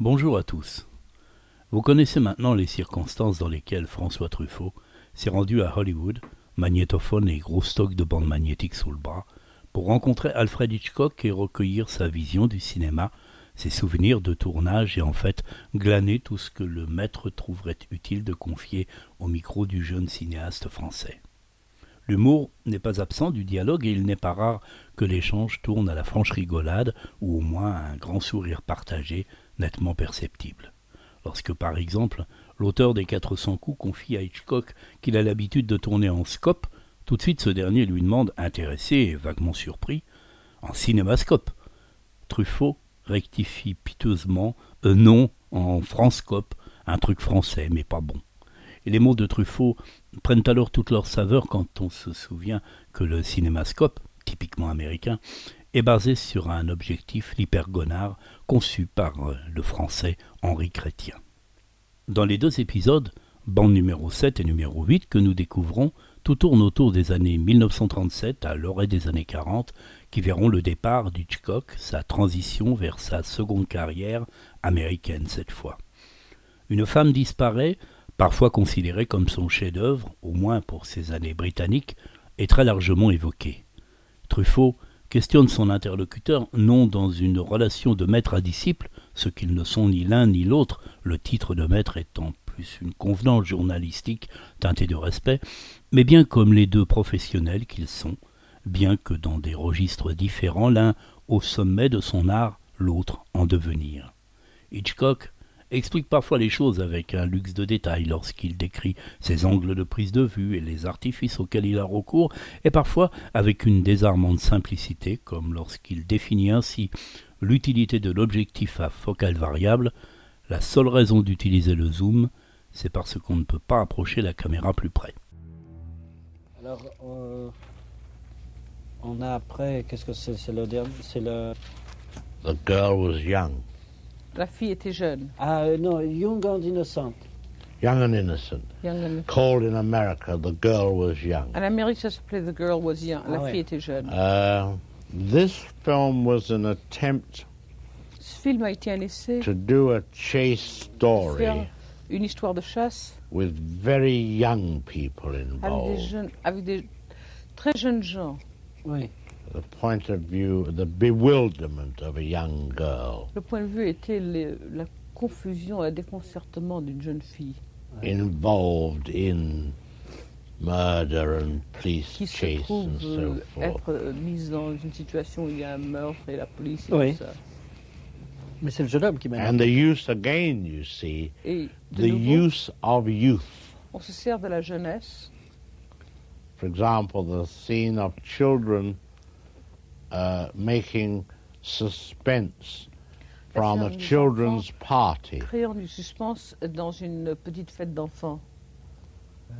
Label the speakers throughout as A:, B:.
A: Bonjour à tous. Vous connaissez maintenant les circonstances dans lesquelles François Truffaut s'est rendu à Hollywood, magnétophone et gros stock de bandes magnétiques sous le bras, pour rencontrer Alfred Hitchcock et recueillir sa vision du cinéma, ses souvenirs de tournage et en fait glaner tout ce que le maître trouverait utile de confier au micro du jeune cinéaste français. L'humour n'est pas absent du dialogue et il n'est pas rare que l'échange tourne à la franche rigolade ou au moins à un grand sourire partagé nettement perceptible. Lorsque, par exemple, l'auteur des 400 coups confie à Hitchcock qu'il a l'habitude de tourner en scope, tout de suite ce dernier lui demande, intéressé et vaguement surpris, en cinémascope. Truffaut rectifie piteusement euh, non en franscope, un truc français mais pas bon. Et les mots de Truffaut prennent alors toute leur saveur quand on se souvient que le cinémascope, typiquement américain, est basé sur un objectif l'hypergonard conçu par euh, le français Henri Chrétien. Dans les deux épisodes, bande numéro 7 et numéro 8 que nous découvrons, tout tourne autour des années 1937 à l'orée des années 40 qui verront le départ d'Hitchcock, sa transition vers sa seconde carrière américaine cette fois. Une femme disparaît, parfois considérée comme son chef-d'œuvre, au moins pour ses années britanniques, est très largement évoquée. Truffaut questionne son interlocuteur non dans une relation de maître à disciple, ce qu'ils ne sont ni l'un ni l'autre, le titre de maître étant plus une convenance journalistique teintée de respect, mais bien comme les deux professionnels qu'ils sont, bien que dans des registres différents, l'un au sommet de son art, l'autre en devenir. Hitchcock explique parfois les choses avec un luxe de détail lorsqu'il décrit ses angles de prise de vue et les artifices auxquels il a recours, et parfois avec une désarmante simplicité, comme lorsqu'il définit ainsi l'utilité de l'objectif à focale variable. La seule raison d'utiliser le zoom, c'est parce qu'on ne peut pas approcher la caméra plus près.
B: Alors, euh, on a après, qu'est-ce que c'est C'est le dernier, c'est le...
C: The girl was young,
D: La fille était jeune.
B: Ah euh, non, Young and Innocent.
C: young and innocent.
D: Young and-
C: Called in America, the girl was young.
D: En Amérique, ça s'appelait The Girl Was Young. La
B: Ah ouais.
D: fille était jeune.
C: Uh, this film was an attempt
D: Ce film a été un essai
C: to do a chase
D: pour faire
C: story
D: une histoire de chasse
C: with very young people
D: avec des
C: involved.
D: jeunes, avec des très jeunes gens.
B: Oui.
C: The point of view, the bewilderment of a young girl
D: Le point de vue était le- la confusion et le déconcertement d'une jeune fille
C: involved in murder and police
D: qui se
C: chase
D: trouve
C: and so
D: euh,
C: forth.
D: être euh, mise dans une situation où il y a un meurtre et la police et
B: Oui.
D: tout ça.
B: Mais c'est le jeune homme qui m'a
C: And the use again, you see,
D: Et de
C: the
D: nouveau,
C: use of youth.
D: on se sert de la jeunesse.
C: For example, the scene of children uh, making suspense from
D: scène
C: a
D: des
C: children's party.
D: Créant du suspense dans une petite fête d'enfants.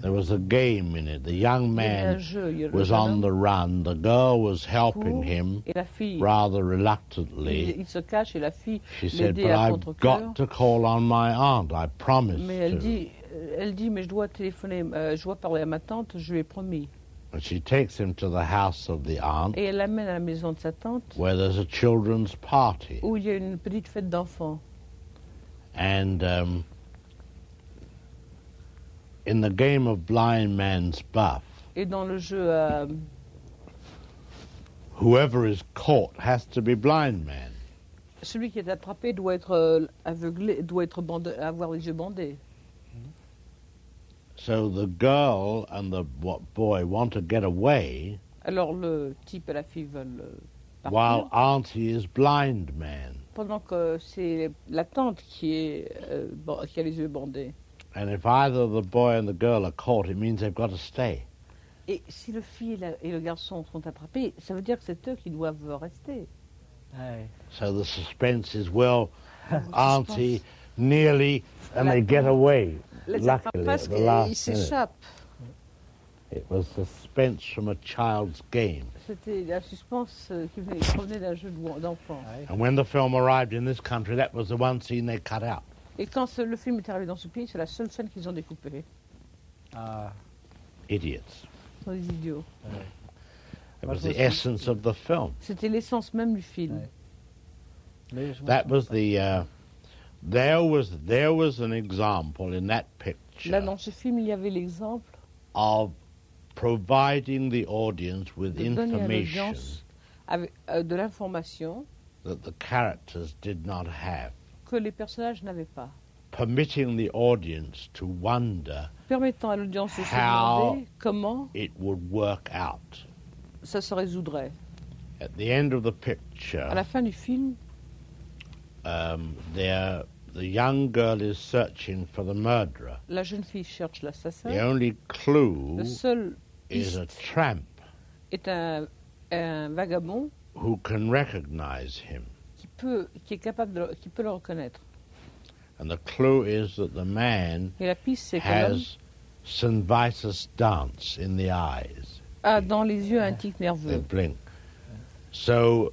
C: There was a game in it. The young
D: Il y avait un
C: man
D: jeu, il y a le
C: was
D: jeune
C: on
D: homme
C: the run. The girl was helping
D: court
C: him
D: et la fille
C: rather
D: Il,
C: reluctantly.
D: il se cache et la fille
C: She said,
D: l'aidait
C: But
D: à
C: I've
D: contre-cœur.
C: got to call on my aunt. I promised
D: Mais elle
C: to.
D: dit, euh, elle dit, mais je dois téléphoner, euh, je dois parler à ma tante, je lui ai promis.
C: And she takes him to the house of the aunt
D: Et elle l'amène à la maison de sa tante,
C: where there's a children's party.
D: où il y a une petite fête d'enfants.
C: And um, in the game of blind man's buff,
D: Et dans le jeu, euh,
C: whoever is caught has to be blind man.
D: celui qui est attrapé doit être euh, aveuglé, doit être bandé, avoir les yeux bandés.
C: So the girl and the wa- boy want to get away
D: Alors le type et la fille veulent euh, partir,
C: while Auntie is blind man.
D: pendant que c'est la tante qui, est, euh, ban- qui a les yeux bandés.
C: And if either the boy and the girl are caught, it means they've got to stay.
D: Et si le fille et, la- et le garçon sont attrapés, ça veut dire que c'est eux qui doivent rester.
C: So the suspense is well, Auntie nearly, and they get away.
D: Les
C: Luckily,
D: attrapent
C: at
D: parce
C: the last
D: qu'ils
C: minute.
D: s'échappent.
C: It was suspense from a child's game.
D: C'était la suspense euh, qui venait- qui provenait d'un jeu de- d'enfant.
C: And when the film arrived in this country, that was the one scene they cut out.
D: Et quand ce- le film est arrivé dans ce pays, c'est la seule scène qu'ils ont découpée.
B: Ah,
C: Idiots.
D: Ce sont des idiots.
C: It
B: What
C: was the
B: was-
C: essence of the film.
D: C'était l'essence même du film.
B: Ouais. mais je m'en
C: That
B: sens
C: was
B: pas.
C: the uh, There was there was an example in that
D: Là,
C: picture
D: dans ce film, il y avait l'exemple
C: of providing the audience with
D: de donner à
C: information
D: l'audience avec- euh, de l'information
C: that the characters did not have,
D: que les personnages n'avaient pas,
C: permitting the audience to wonder
D: permettant à l'audience de se
C: How-
D: demander comment
C: it would work out.
D: ça se résoudrait.
C: At the end of the
D: À la
C: picture,
D: fin du film,
C: um, there the young girl is searching for the murderer.
D: la jeune fille cherche
C: The
D: l'assassin.
C: only
D: Le
C: clue
D: seul
C: is a tramp
D: est un, un vagabond
C: who can recognize him.
D: qui peut, qui est capable de, qui peut le reconnaître.
C: And the clue is that the man
D: Et la piste, c'est qu'un homme
C: has St. Vitus dance in the eyes.
D: a Ah, dans les yeux un tic
C: They
D: nerveux.
C: blink. So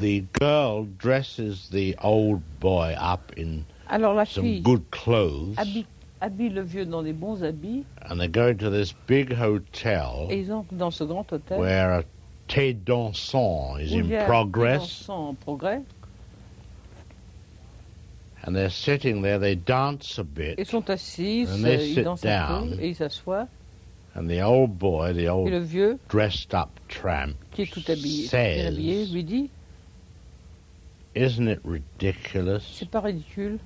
C: the girl dresses the old boy up in
D: Alors la
C: some
D: fille
C: good clothes
D: habille, habille le vieux dans des bons habits
C: and they go to this big hotel
D: et ils entrent dans ce grand hôtel
C: where a thé dansant is
D: où il y
C: in
D: a
C: progress
D: en progrès.
C: and they're sitting there, they dance a
D: Ils
C: bit
D: sont assis,
C: And
D: euh,
C: they
D: ils
C: sit
D: dansent un peu
C: down.
D: et ils s'assoient.
C: and the old boy, the
D: Et le
C: old
D: vieux,
C: dressed up tramp
D: qui est tout habillé, bien habillé,
C: says,
D: lui dit
C: isn't it ridiculous?
D: C'est pas ridicule.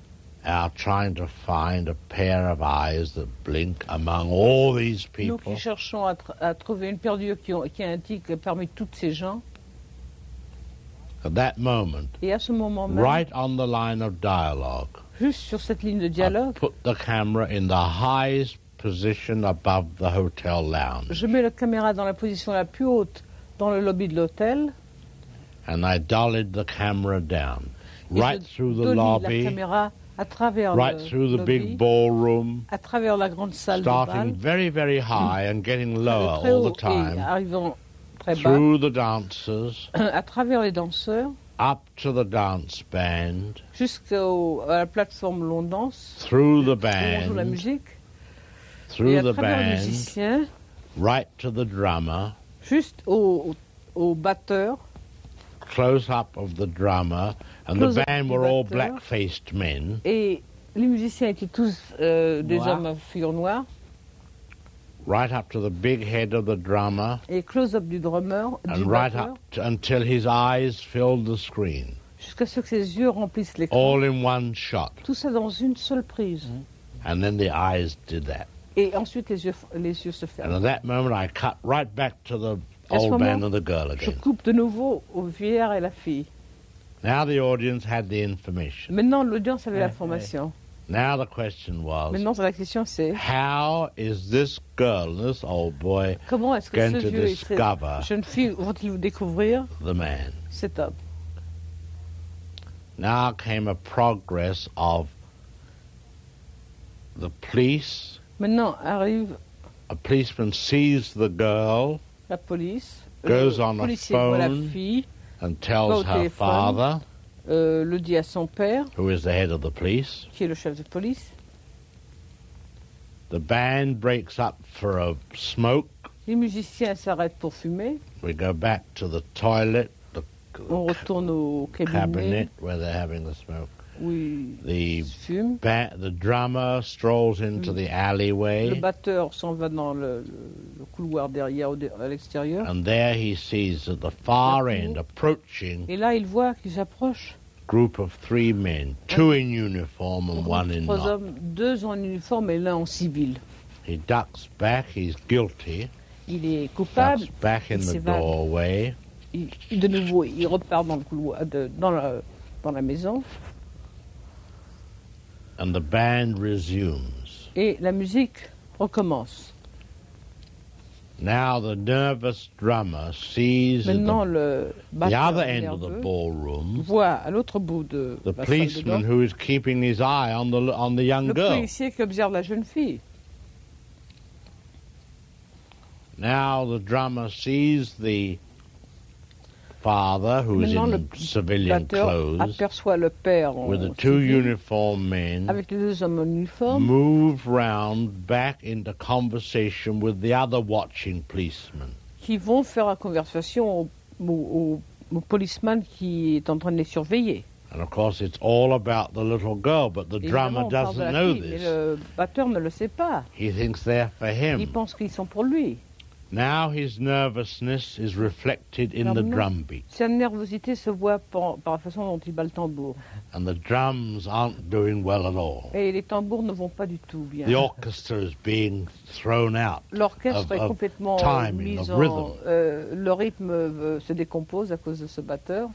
C: are trying to find a pair of eyes that blink among all these
D: Nous
C: people.
D: qui cherchons à, tr- à trouver une paire d'yeux qui, ont- qui a un tic parmi toutes ces gens.
C: At that moment,
D: Et à ce moment même,
C: right on the line of dialogue,
D: juste sur cette ligne de
C: I
D: dialogue,
C: put the camera in the highest position above the hotel lounge
D: je mets la caméra dans la position la plus haute dans le lobby de l'hôtel.
C: and I dollied the camera down.
D: et
C: Right
D: je
C: through the
D: donne La
C: lobby,
D: caméra à travers
C: right
D: le
C: through the
D: lobby,
C: big ballroom,
D: à travers la grande salle de
C: starting
D: bal,
C: very, very high and getting
D: de
C: lower
D: très
C: all
D: haut
C: the
D: et
C: time,
D: arrivant très bas,
C: through the dancers,
D: à travers les danseurs,
C: up to the dance band,
D: jusqu'à la plateforme où on danse,
C: through the
D: où on joue la
C: band,
D: musique, et
C: through
D: à
C: the
D: travers les
C: band,
D: musiciens,
C: right to the drummer,
D: juste au, au, au batteur,
C: close up of the drummer, and
D: Close
C: the
D: up
C: band
D: of the
C: were all
D: batteur.
C: black faced men
D: et les musiciens étaient tous euh, des
B: Noirs.
D: hommes à figure noire,
C: right up to the big head of the drummer
D: et close-up du drummer, du
C: and right
D: batteur,
C: up to, until his eyes filled the screen,
D: jusqu'à ce que ses yeux remplissent l'écran.
C: all in one shot.
D: Tout ça dans une seule prise.
C: And then the eyes did that.
D: Et ensuite, les yeux, les yeux se
C: And
D: ferment.
B: Ah
C: at that moment, I cut right back to the
D: À ce
C: old man
D: moment,
C: and the girl
D: Je
C: again.
D: coupe de nouveau au vieillard et la fille.
C: Now the audience had the information.
D: Maintenant, l'audience avait
B: Ouais,
D: l'information.
C: Now the question was
D: Maintenant, la question, c'est
C: how is this girl, this old boy,
D: comment est-ce que
C: going
D: ce
C: to
D: vieux et cette
B: hein.
C: discover
D: jeune fille vont-ils découvrir
C: the man?
D: cet homme
C: Now came a progress of the police.
D: Maintenant arrive
C: A policeman sees the girl
D: la police.
C: Goes
D: le
C: on a
D: policier voit la
C: phone.
D: fille,
C: and tells
D: Go
C: her
D: téléphone.
C: father,
D: euh, le dit à son père,
C: who is the head of the police.
D: qui est le chef de police.
C: The band breaks up for a smoke.
D: Les musiciens s'arrêtent pour fumer.
C: We go back to the toilet, the Oh,
D: On retourne au cabinet
C: cabinet where they're having the smoke.
D: où ils
C: The
D: fument.
C: ba- the drummer strolls into Mm. the
D: Le
C: alleyway,
D: batteur s'en va dans le, le- le couloir derrière, au dé- à l'extérieur.
C: and there he sees at the far end, approaching,
D: Et là, il voit qu'ils approchent.
C: group of three men, two in uniform and one in
D: Trois
C: not.
D: hommes, deux en uniforme et l'un en civil.
C: He ducks back, he's guilty,
D: Il est coupable.
C: ducks back in the
D: c'est vague.
C: doorway,
D: Il- de nouveau, il repart dans le couloir, de- dans, la, dans la maison.
C: and the band resumes.
D: Et la musique recommence.
C: Now the nervous drummer sees at
D: Maintenant,
C: the,
D: le
C: the
D: batteur
C: other end of the
D: nerveux
C: ballroom
D: voit à l'autre bout de
C: the
D: la salle de
C: policeman
D: danse
C: who is keeping his eye on the on the young
D: le
C: girl.
D: policier qui observe la jeune fille.
C: Now the drummer sees the father who is
D: Maintenant,
C: in
D: le Le
C: civilian
D: batteur
C: clothes
D: aperçoit le père en
C: with the two Mm.
D: civil,
C: uniformed men
D: avec les deux hommes en uniforme.
C: move round back into conversation with the other watching policeman.
D: qui vont faire la conversation au, au, au- au policeman qui est en train de les surveiller.
C: And of course, it's all about the little girl, but the drummer
D: Évidemment, on parle de
C: doesn't
D: la
C: know
D: fille, mais
C: this. Hum.
D: le batteur ne le sait pas.
C: He thinks they're for
D: Il
C: him.
D: pense qu'ils sont pour lui.
C: Now his nervousness is reflected in the
D: Pardon?
C: drum beat,
D: Sa nervosité se voit par, par la façon dont il bat le tambour.
C: and the drums aren't doing well at all.
D: Et les tambours ne vont pas du tout bien.
C: The orchestra is being thrown out. of-
D: L'orchestre est
C: of
D: complètement euh,
C: timing,
D: mis
C: of
D: en...
C: rhythm.
D: euh, le rythme euh, se décompose à cause de ce batteur.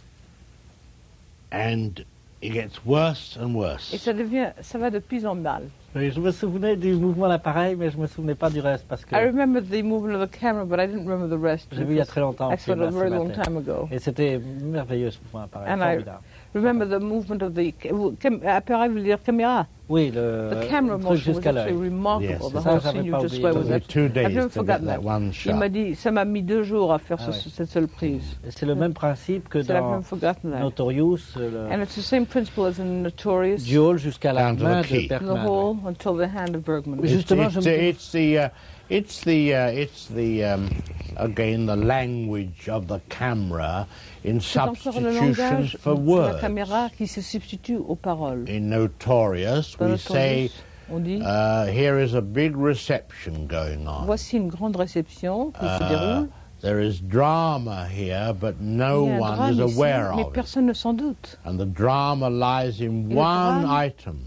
C: and it gets worse and
D: Et
C: worse.
D: ça, devient, ça va de plus en mal.
B: Oui, Je me souvenais du mouvement à l'appareil, mais je me souvenais pas du reste parce que
D: I remember the movement of the camera, but I didn't remember the rest.
B: j'ai vu il y a très longtemps.
D: Actually,
B: c'est
D: a very long
B: matin.
D: time ago.
B: Et c'était merveilleux ce mouvement à l'appareil.
D: And I-
B: formidable.
D: Remember the movement of the cam- appareil veut dire caméra.
B: Oui, le,
D: The
B: le Euh,
D: camera
B: truc
D: motion was
B: jusqu'à l'œil.
D: actually
C: Yes,
D: remarkable. The
C: ça,
D: whole
B: j'avais
D: scene you
B: pas
D: just
B: oublié.
D: saw
C: It
B: It
D: was
C: took me
D: that.
C: two
D: I've never
C: days to get
D: forgotten
C: that
D: that.
C: one
D: Il m'a
C: shot.
D: dit, ça m'a mis deux jours à faire
B: Ah
D: ce-
B: ouais.
D: cette seule prise.
B: Et C'est le même principe que
D: So I've
B: dans
D: never forgotten that.
B: Notorious,
D: And
B: le
D: it's the same principle as in Notorious,
B: du hall jusqu'à la
C: Down to the
B: main
C: key.
B: de
D: the
B: Bergman.
D: hall until the hand of Bergman.
B: Oui,
C: It's,
B: Justement, je
C: it's,
B: me-
C: it's the, uh, it's the, uh, it's the, um, again, the language of the camera in
D: C'est encore le
C: substitutions
D: langage
C: for
D: de la
C: words.
D: caméra qui se substitue aux paroles.
C: In Notorious,
D: Dans
C: we
D: Notorious,
C: say,
D: on dit,
C: uh, here is a big reception going on.
D: voici une grande réception qui se
C: Uh,
D: déroule.
C: there is drama here, but no
D: Il y a un
C: one
D: drame
C: is
D: ici,
C: aware
D: mais
C: of it.
D: personne ne s'en doute.
C: And the drama lies in
D: le
C: one
D: drame-
C: item.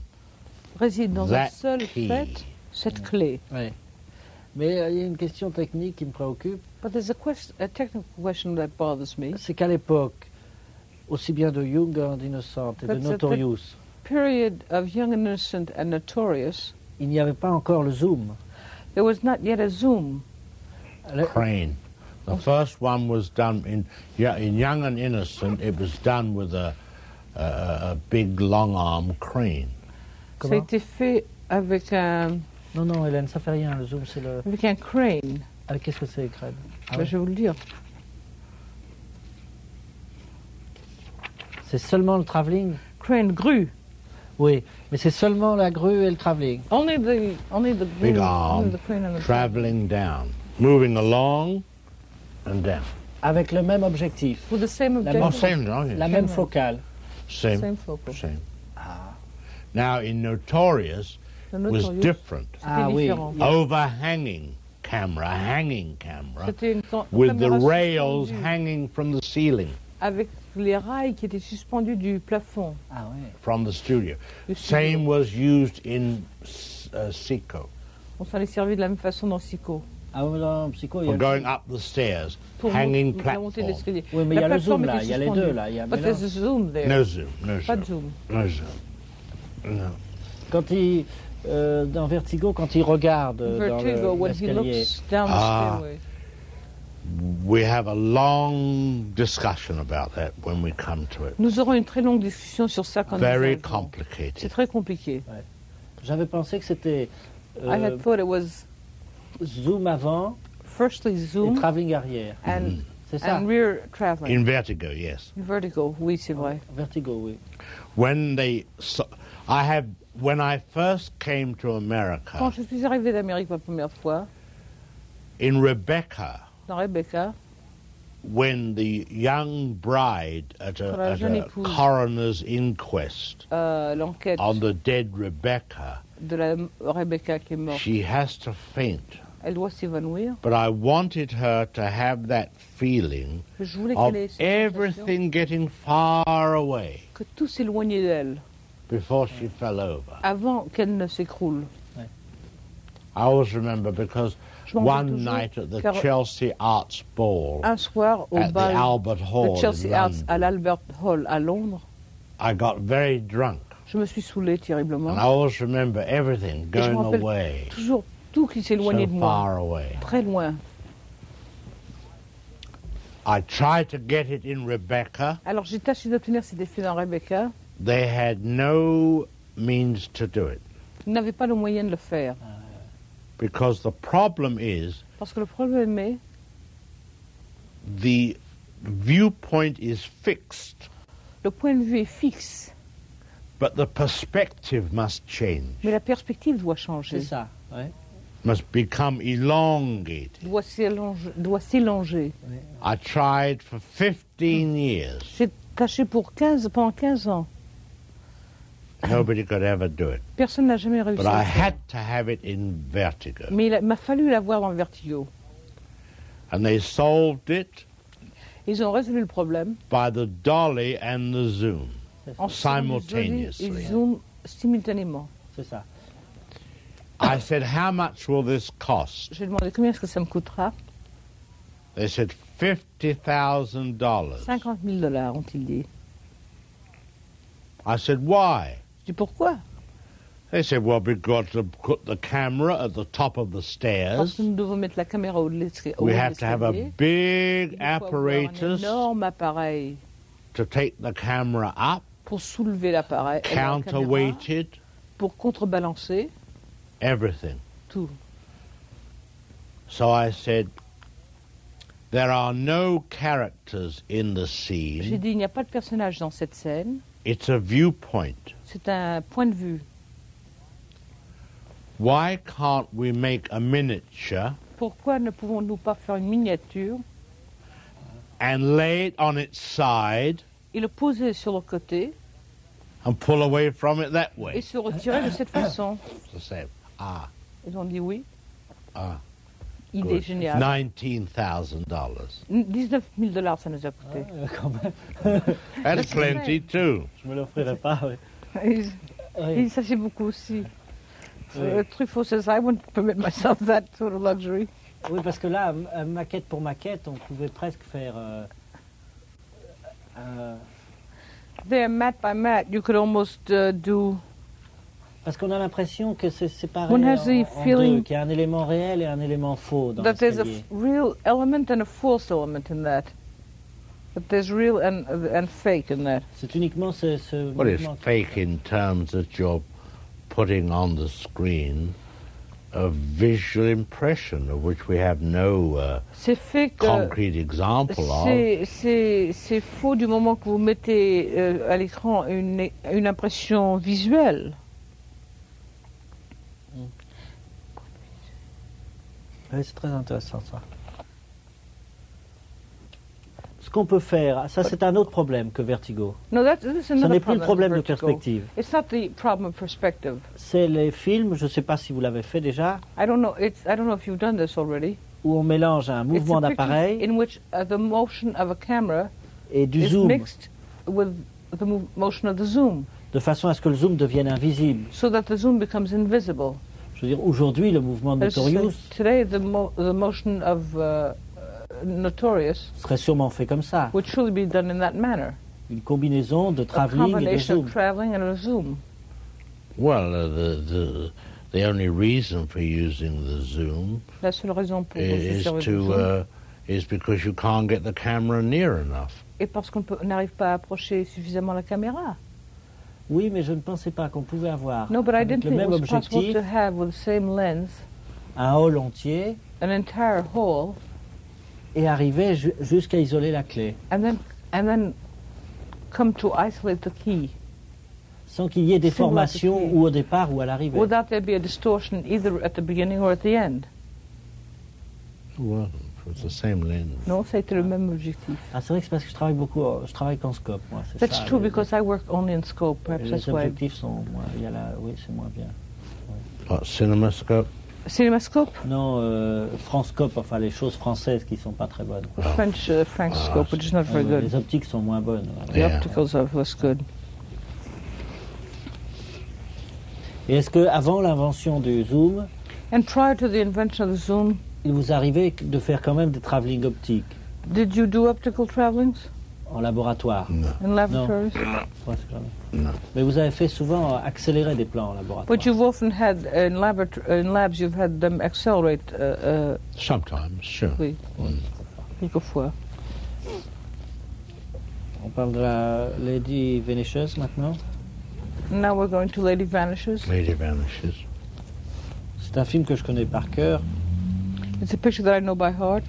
D: Réside dans un
C: That
D: seul
C: key. Mm.
D: fait, cette clé.
B: Oui. Mais euh, il y a une question technique qui me préoccupe,
D: But there's a, quest- a technical question that bothers me.
B: c'est qu'à l'époque, aussi bien de Jung en Innocente et de
D: Peut-être-
B: Notorious,
D: Period of Young and Innocent and Notorious,
B: il n'y avait pas encore le zoom.
D: there was not yet a Zoom.
B: Le-
D: Ah.
C: crane. The first one was done in, yeah, in Young and Innocent. It was done with a, a, a big long arm crane.
D: Ça a
B: comment
D: été fait avec un,
B: Non, non, Hélène, ça fait rien, le zoom, c'est le...
D: avec un crane.
B: Ah, qu'est-ce que c'est, Craig Ah
D: Ben,
B: ouais.
D: Je vais vous le dire.
B: C'est seulement le travelling
D: Crane grue.
B: Oui, mais c'est seulement la grue et le travelling.
D: Only the only the
C: Big
D: only
C: arm
D: the crane and the
C: traveling down, moving along and down.
B: Avec le même objectif,
D: with the same
B: La
C: Oh,
D: objective.
C: same, no?
B: la
C: yeah.
B: même focale.
C: Same,
D: Same
C: same. Ah. Now,
D: focal.
C: in Notorious,
D: The
C: was
D: Notorious,
C: different.
B: Ah
D: c'était
B: oui.
D: différent.
C: Overhanging camera, hanging camera,
D: C'était une cam-
C: with the
D: caméra
C: rails
D: suspendue,
C: hanging from the ceiling
D: avec les rails qui étaient suspendus du plafond.
B: Ah oui.
C: from the studio.
D: du studio.
C: Same was used in S- uh, Seco.
D: On s'en est servi de la même façon dans Sico.
B: Ah oui, dans le psycho, il y
C: We're
B: a...
C: going up the stairs,
D: Pour
C: hanging
D: monter- pour monter
C: platform.
D: l'escalier.
B: Oui, mais il
D: La
B: y a le
D: plateforme
B: zoom, là,
D: était
B: il y a les
D: suspendue.
B: deux, là, il y a un
D: But there's a zoom there.
C: No zoom, no
D: Pas
C: zoom,
D: de zoom.
C: no zoom. No.
B: Quand il... euh, dans Vertigo, quand il regarde euh, dans le-
D: Vertigo, when he
B: l'escalier,
D: looks down the
C: Ah.
D: stairway.
C: We have a long discussion about that when we come to it.
D: Nous aurons une très longue discussion sur ça quand nous
C: Very
D: arriverons. C'est
C: complicated.
D: très compliqué.
B: j'avais pensé que c'était euh,
D: I had thought it was
B: zoom avant
D: firstly
B: et
D: zoom
B: travelling arrière.
C: Mm.
D: and,
B: C'est ça
D: and rear traveling.
C: In Vertigo, yes.
D: Vertigo, oui, c'est vrai.
B: Vertigo, oui.
C: When they, so, I have, when I first came to
D: Quand
C: America,
D: je suis arrivée d'Amérique la première fois,
C: in Rebecca,
D: dans Rebecca,
C: when the young bride at a,
D: Quand la
C: at
D: jeune
C: a
D: épouse-
C: coroner's inquest
D: euh, l'enquête
C: on the dead Rebecca,
D: de la Rebecca qui est morte,
C: she has to faint.
D: elle doit s'évanouir.
C: But I wanted her to have that feeling
D: Je voulais
C: of
D: qu'elle ait cette sensation
C: everything getting far away
D: que tout s'éloignait d'elle
C: before she fell over.
D: avant qu'elle ne s'écroule.
C: I always remember because
D: Je m'en
C: one
D: rappelle toujours,
C: night at the
D: car
C: Chelsea Arts Ball
D: un soir au
C: at the
D: bal
C: Albert Hall
D: de
C: in
D: Chelsea Arts
C: London,
D: à l'Albert Hall à Londres,
C: I got very drunk.
D: je me suis saoulée terriblement.
C: And I always remember everything
D: Et je me
C: going
D: rappelle
C: away,
D: Toujours tout qui s'éloignait
C: so
D: de moi,
C: far away.
D: très loin.
C: I tried to get it in Rebecca.
D: Alors j'ai tâché d'obtenir cet effet dans Rebecca.
C: They had no means to do it
D: Ils n'avaient pas le moyen de le faire.
C: because the problem is
D: Parce que le problème est,
C: the viewpoint is fixed,
D: le point de vue est fixe,
C: but the perspective must change.
D: mais la perspective doit
B: C'est
D: changer,
B: ça, ouais.
C: must become elongated.
D: doit s'élonger- doit s'élonger.
C: I tried for 15 years
D: J'ai tâché pour 15, pendant 15 ans
C: Nobody could ever do it.
D: Personne n'a jamais réussi.
C: But
D: à
C: I
D: le faire.
C: had to have it in Vertigo.
D: Mais il a- m'a fallu l'avoir dans le vertigo.
C: And they solved it
D: Ils ont résolu le problème
C: by the dolly and the zoom.
D: en
C: Simultaneously.
D: Ils zoom simultanément.
E: C'est ça.
C: I said, How much will this cost?
D: J'ai demandé combien est-ce que ça me coûtera.
C: They said, $50,000.
D: 50 000 dollars, ont-ils dit.
C: I said, Why?
D: Je dis pourquoi
C: They said, Well, we've got to put the camera at the top of the
D: Parce
C: stairs.
D: que nous devons mettre la caméra au haut de l'escalier. au haut
C: We
D: de
C: have to have a
D: l'escalier.
C: big
D: Il faut avoir Un
C: apparatus
D: énorme appareil
C: to take the camera up,
D: pour soulever l'appareil, eh la caméra,
C: counterweighted,
D: pour contrebalancer
C: everything.
D: tout.
C: So I said, There are no characters in the
D: J'ai
C: scene.
D: dit, il n'y a pas de personnage dans cette scène.
C: It's a viewpoint.
D: C'est un point de vue.
C: Why can't we make a miniature
D: Pourquoi ne pouvons-nous pas faire une miniature
C: and lay it on its side
D: et le poser sur le côté
C: and pull away from it that
D: et
C: way?
D: se retirer de cette façon
C: I said, Ah,
D: Ils ont dit oui.
C: Ah,
D: Idée
C: good.
D: géniale.
C: $19,000.
D: 19 000 dollars, ça nous a coûté.
E: Euh, quand même,
C: That's plenty, too.
E: je me l'offrirai pas. oui.
D: Et-
E: Oui.
D: et ça, c'est beaucoup aussi.
E: Oui.
D: Uh, Truffaut says, I wouldn't permit myself that sort of luxury.
E: Oui, parce que là, m- euh, maquette pour maquette, on pouvait presque faire. euh, euh,
D: There, mat by mat, you could almost uh, do.
E: parce qu'on a l'impression que c'est séparé
D: One
E: en,
D: has
E: en
D: the
E: deux,
D: feeling-
E: qu'il y a un élément réel et un élément faux dans
D: that there's a
E: l'escalier.
D: f- real element and a false element in that. That there's real and and fake in that.
E: C'est uniquement ce, ce
C: Well, it's
E: mouvement qui-
C: fake in terms that you're putting on the screen a visual impression of which we have no uh,
D: C'est fake. euh,
C: concrete example of.
D: C'est- C'est c'est faux du moment que vous mettez euh, à l'écran une, une impression visuelle.
E: Oui, c'est très intéressant ça. Ce qu'on peut faire, ah, ça c'est un autre problème que Vertigo.
D: No, that, this is
E: Ce
D: another
E: n'est plus le problème de
D: with vertigo.
E: perspective.
D: It's not the problem of perspective.
E: C'est les films, je ne sais pas si vous l'avez fait déjà,
D: I don't know. It's I don't know if you've done this already.
E: où on mélange un
D: It's
E: mouvement
D: a picture
E: d'appareil
D: In which uh, the motion of a camera
E: et du
D: is
E: zoom,
D: mixed with the mov- motion of the zoom,
E: de façon à ce que le zoom devienne invisible.
D: so that the zoom becomes invisible.
E: Je veux dire, aujourd'hui, le mouvement de
D: As I said,
E: Notorious
D: Today, the, mo- the motion of uh, uh, Notorious
E: serait sûrement fait comme ça.
D: would surely be done in that manner.
E: Une combinaison de
D: A
E: travelling et de
D: combination
E: zoom.
D: of traveling and a zoom.
C: Well, uh, the, the, the only reason for using the zoom
D: La seule raison pour
C: i- is,
D: servir de
C: to
D: zoom
C: uh, is because you can't get the camera near enough.
D: est parce qu'on peut- n'arrive pas à approcher suffisamment la caméra.
E: Oui, mais je ne pensais pas qu'on pouvait avoir
D: No, but I
E: avec
D: didn't
E: le
D: think it
E: même
D: was possible
E: objectif
D: to have with the same lens
E: un hall entier
D: an entire hall
E: et arriver ju- jusqu'à isoler la clé,
D: and then and then come to isolate the key
E: sans qu'il y ait des
D: C'est moi
E: formations
D: qui-
E: ou au départ ou à l'arrivée.
D: without there be a distortion either at the beginning or at the end.
C: Well, it's the same lens.
D: Non, ça a été le même objectif.
E: Ah, c'est vrai que c'est parce que je travaille beaucoup, euh, je travaille qu'en scope, moi. c'est
D: That's
E: ça,
D: true
E: les-
D: because I work only in scope.
E: les,
D: Perhaps that's why.
E: objectifs sont moins, il y a la- oui, c'est moins bien.
C: What, CinemaScope?
D: Cinemascope,
E: Non, euh, Franscope, enfin les choses françaises qui sont pas très bonnes.
D: French uh, French scope, which is not very
E: Euh,
D: good.
E: les optiques sont moins bonnes. voilà.
D: The
C: Yeah.
D: opticals are, was good.
E: Et est-ce que avant l'invention du zoom,
D: And prior to the invention of the zoom,
E: il vous arrivait de faire quand même des travelling optiques
D: did you do optical travelings
E: en laboratoire
D: in laboratories?
E: Ouais, c'est grave. Mais vous avez fait souvent euh, accélérer des plans en laboratoire.
D: But you've often had uh, in, labor- in labs, you've had them accelerate uh, uh,
C: Sometimes, sure.
D: oui, quelquefois.
E: On parle de la Lady Vénécheuse maintenant.
D: Now we're going to Lady Vanishes.
C: Lady vanishes.
E: C'est un film que je connais par cœur.
D: It's a picture that I know by heart.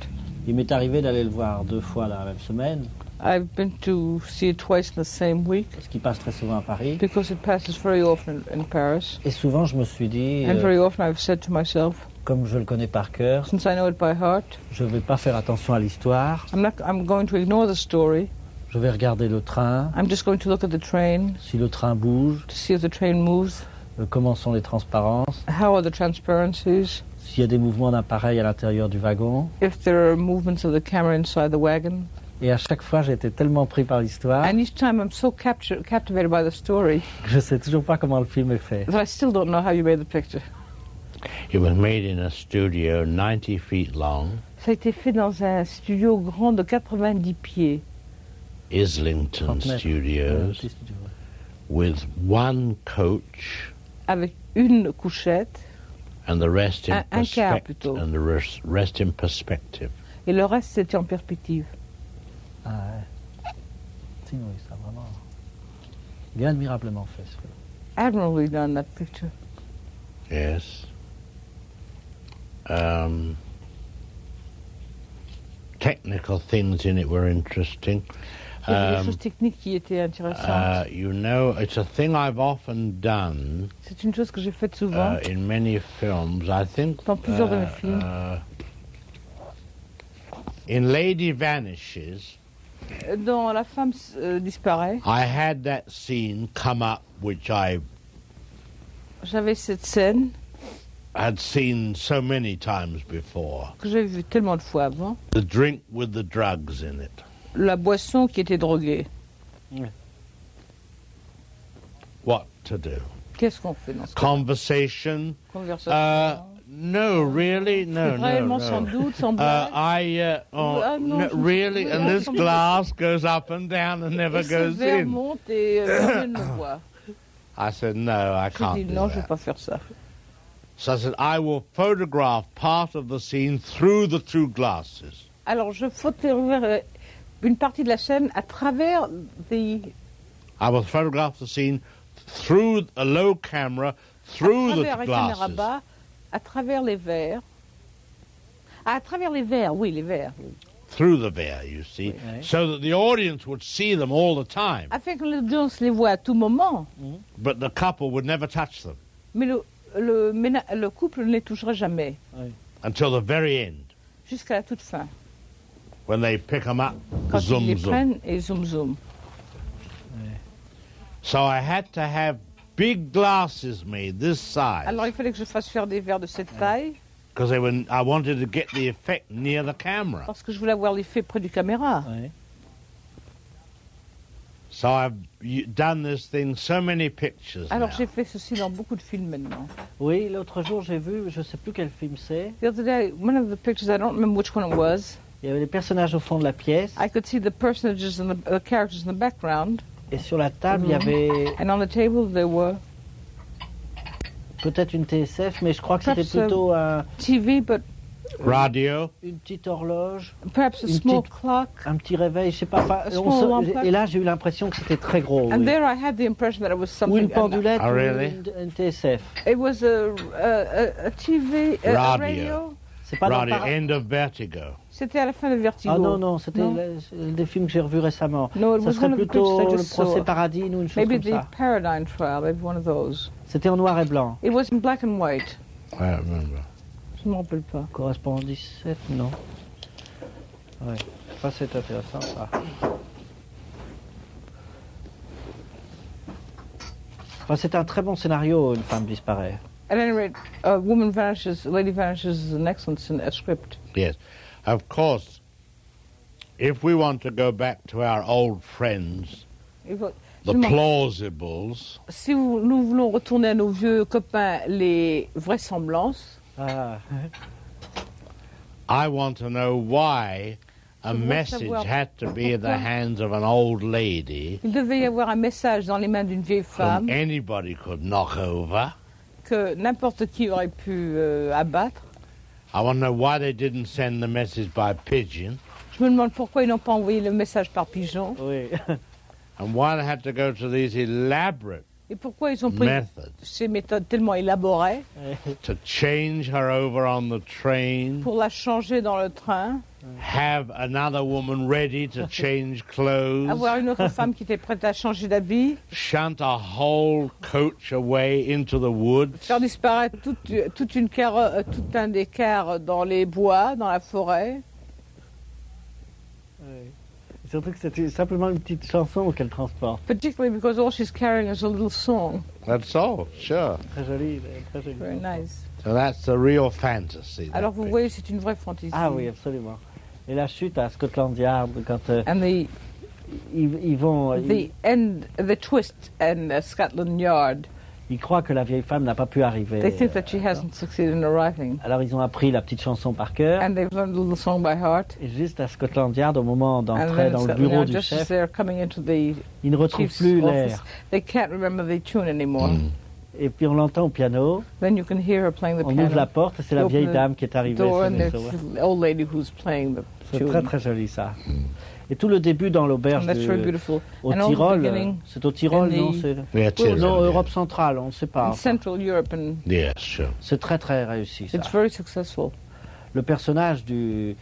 E: Il m'est arrivé d'aller le voir deux fois dans la même semaine,
D: I've been to see it twice in the same week
E: parce qu'il passe très souvent à Paris.
D: because it passes very often in, in Paris.
E: Et souvent, je me suis dit,
D: And
E: euh,
D: very often I've said to myself,
E: comme je le connais par cœur,
D: since I know it by heart,
E: je ne vais pas faire attention à l'histoire.
D: I'm not. I'm going to ignore the story.
E: Je vais regarder le train,
D: I'm just going to look at the train
E: si le train bouge,
D: to see if the train moves.
E: euh, comment sont les transparences,
D: How are the transparencies?
E: s'il y a des mouvements d'appareil à l'intérieur du wagon.
D: If there are movements of the camera inside the wagon.
E: Et à chaque fois, j'ai été tellement pris par l'histoire
D: And each time I'm so capture, captivated by the story
E: que je sais toujours pas comment le film est fait.
D: that I still don't know how you made the picture.
C: It was made in a studio 90 feet long,
D: Ça a été fait dans un studio grand de 90 pieds.
C: Islington
E: 39. Euh,
C: Studios, with one coach
D: avec une couchette
C: and the rest in
D: Un- un quart
C: perspective.
D: plutôt.
C: And the res- rest in perspective.
D: et le reste c'était en perspective.
E: Ah ouais. Si, oui, ça vraiment. Il est admirablement fait. ce film.
D: Admirably done that picture.
C: Yes. Um, technical things in it were interesting.
D: Il y avait des
C: Um,
D: choses techniques qui étaient
C: uh,
D: intéressantes.
C: you know, it's a thing I've often done
D: C'est une chose que j'ai faite souvent.
C: uh, in many films. I think.
D: Dans plusieurs de mes films.
C: uh, in Lady Vanishes,
D: Euh, Dans La femme euh, disparaît,
C: I had that scene come up, which I
D: j'avais cette scène
C: had seen so many times before.
D: que j'avais vue tellement de fois avant.
C: The drink with the drugs in it.
D: La boisson qui était droguée.
C: What to do?
D: Qu'est-ce qu'on fait dans cette
C: Conversation.
D: conversation
C: Uh, no, really, no, no,
D: Vraiment, sans
C: no.
D: doute, sans
C: Uh,
D: blague.
C: I uh, oh,
D: Ah, non,
C: no,
D: je-
C: really, and this
D: Ah,
C: glass goes up and down and never
D: et ce
C: goes
D: verre
C: in.
D: monte et euh, personne ne voit.
C: I said, no, I
D: J'ai
C: can't
D: dit
C: do
D: non, je ne vais
C: that.
D: pas faire ça.
C: So I said, I will photograph part of the scene through the two glasses.
D: Alors je photographe euh, une partie de la scène à travers des
C: I will photograph the scene through a low camera
D: à
C: through the
D: travers un caméra
C: glasses.
D: bas, à travers les verres. Ah, à travers les verres, oui, les verres.
C: through the veil, you see,
E: Right.
C: so that the audience would see them all the time,
D: Afin que l'audience les voit à tout moment,
C: but the couple would never touch them
D: mais le, le, ména- le couple ne les touchera jamais,
C: until the very end
D: jusqu'à la toute fin.
C: when they pick them up.
D: Quand ils les
C: Zoom, zoom.
D: prennent et zoom zoom.
C: So I had to have big glasses made this
D: Alors il
C: size
D: fallait que je fasse faire des verres de cette taille,
C: because they were. I wanted to get the effect near the camera.
D: parce que je voulais avoir l'effet près du caméra.
C: Ah,
E: Ouais.
C: So I've y- done this thing so many pictures
D: Alors
C: now.
D: j'ai fait ceci dans beaucoup de films maintenant.
E: Oui, l'autre jour, j'ai vu, je sais plus quel film c'est,
D: The other day, one of the pictures, I don't remember which one it was,
E: il y avait les personnages au fond de la pièce,
D: I could see the personages and the, the characters in the background,
E: et sur la table, il y avait
D: and on the table there were
E: peut-être une TSF, mais je crois que c'était
D: Perhaps, euh,
E: plutôt un-
D: TV, but
C: Radio.
E: une petite horloge,
D: perhaps a
E: Une
D: small
E: petite-
D: clock.
E: un petit réveil, je sais pas. enfin,
D: A
E: on
D: small
E: se-
D: one-
E: et là, j'ai eu l'impression que c'était très gros.
D: And
E: Oh, oui.
D: there I had the impression that it was
E: Ou
D: something.
E: une pendulette,
C: Ah,
E: ou
C: really
E: une, une TSF.
D: It was a, a, a, a TV, a- a,
C: Radio.
D: radio.
E: C'est pas dans
C: Radio.
E: par-
C: End of Vertigo.
D: C'était à la fin de Vertigo.
E: Ah non, non, c'était
D: Non.
E: le- des films que j'ai revus récemment.
D: No, it
E: ça
D: was
E: serait
D: one of the pictures I
E: plutôt le
D: just saw.
E: procès Paradine ou une chose
D: Maybe
E: comme
D: the
E: ça.
D: Paradigm Trial, maybe one of those.
E: C'était en noir et blanc.
D: It was in black and white.
C: I don't remember.
D: Je ne me rappelle pas.
E: Correspondant 17, non Ouais, ça c'est intéressant ça. Enfin, c'est un très bon scénario, une femme disparaît.
D: At any rate, a woman vanishes, a lady vanishes is an excellent syn- uh, script.
C: Yes, of course. If we want to go back to our old friends,
D: Il faut-
C: the
D: Seulement,
C: plausibles,
D: si vous- nous voulons retourner à nos vieux copains les vraisemblances,
E: Ah,
C: I want to know why a
D: Je veux
C: message
D: savoir
C: had to be in the
D: pourquoi.
C: hands of an old lady
D: il devait y avoir un message dans les mains d'une vieille
C: whom
D: femme
C: anybody could knock over.
D: que n'importe qui aurait pu euh, abattre.
C: I want to know why they didn't send the message by pigeon
D: Je me demande pourquoi ils n'ont pas envoyé le message par pigeon
E: oui.
C: and why they had to go to these elaborate
D: et pourquoi ils ont pris
C: methods
D: ces méthodes tellement élaborées
C: to change her over on the train,
D: pour la changer dans le train,
C: have another woman ready to change clothes,
D: avoir une autre femme qui était prête à changer d'habit,
C: shunt a whole coach away into the woods.
D: faire disparaître toute, toute une caro- euh, tout un des cars dans les bois, dans la forêt.
E: Surtout que c'était simplement une petite chanson qu'elle transporte.
D: particularly because all she's carrying is a little song.
C: That's all, sure.
E: Très jolie, très jolie.
D: Very
E: chanson.
D: nice.
C: So that's the real fantasy. that
D: Alors vous
C: picture.
D: voyez, c'est une vraie fantaisie.
E: Ah oui, absolument. Et la chute à Scotland Yard, quand euh,
D: And the
E: ils, ils vont, euh,
D: the
E: ils,
D: end, the twist, and uh, Scotland Yard.
E: ils croient que la vieille femme n'a pas pu arriver.
D: They think
E: euh,
D: that she hasn't succeeded in arriving,
E: Alors ils ont appris la petite chanson par cœur.
D: and they've learned the little song by heart.
E: Et juste à Scotland Yard, au moment
D: And
E: d'entrer
D: then
E: dans le
D: Scotland
E: bureau
D: Yard,
E: du
D: just as
E: chef,
D: they're coming into the
E: ils ne retrouvent
D: chief's
E: plus
D: office,
E: l'air.
D: they can't remember the tune anymore.
C: Mm.
E: Et puis on l'entend au piano,
D: Then you can hear her playing the
E: on ouvre la
D: piano
E: porte, et c'est la
D: Open
E: vieille
D: the
E: dame qui est arrivée.
D: door,
E: c'est
D: and
E: les
D: there's
E: sauvages.
D: the old lady who's playing the
E: C'est
D: tune.
E: très très joli ça. Et tout le début dans l'auberge
D: and that's
E: du-
D: very beautiful.
E: au
D: And all the
E: Tyrol,
D: beginning
E: c'est au Tyrol,
D: in
E: non
D: the-
E: c'est-
C: Yeah,
E: Non,
C: children, yeah.
E: Europe centrale, on ne sait pas.
D: In Central Europe, and
C: Yeah, sure.
E: C'est très très réussi ça.
D: it's very successful.
E: Le personnage du,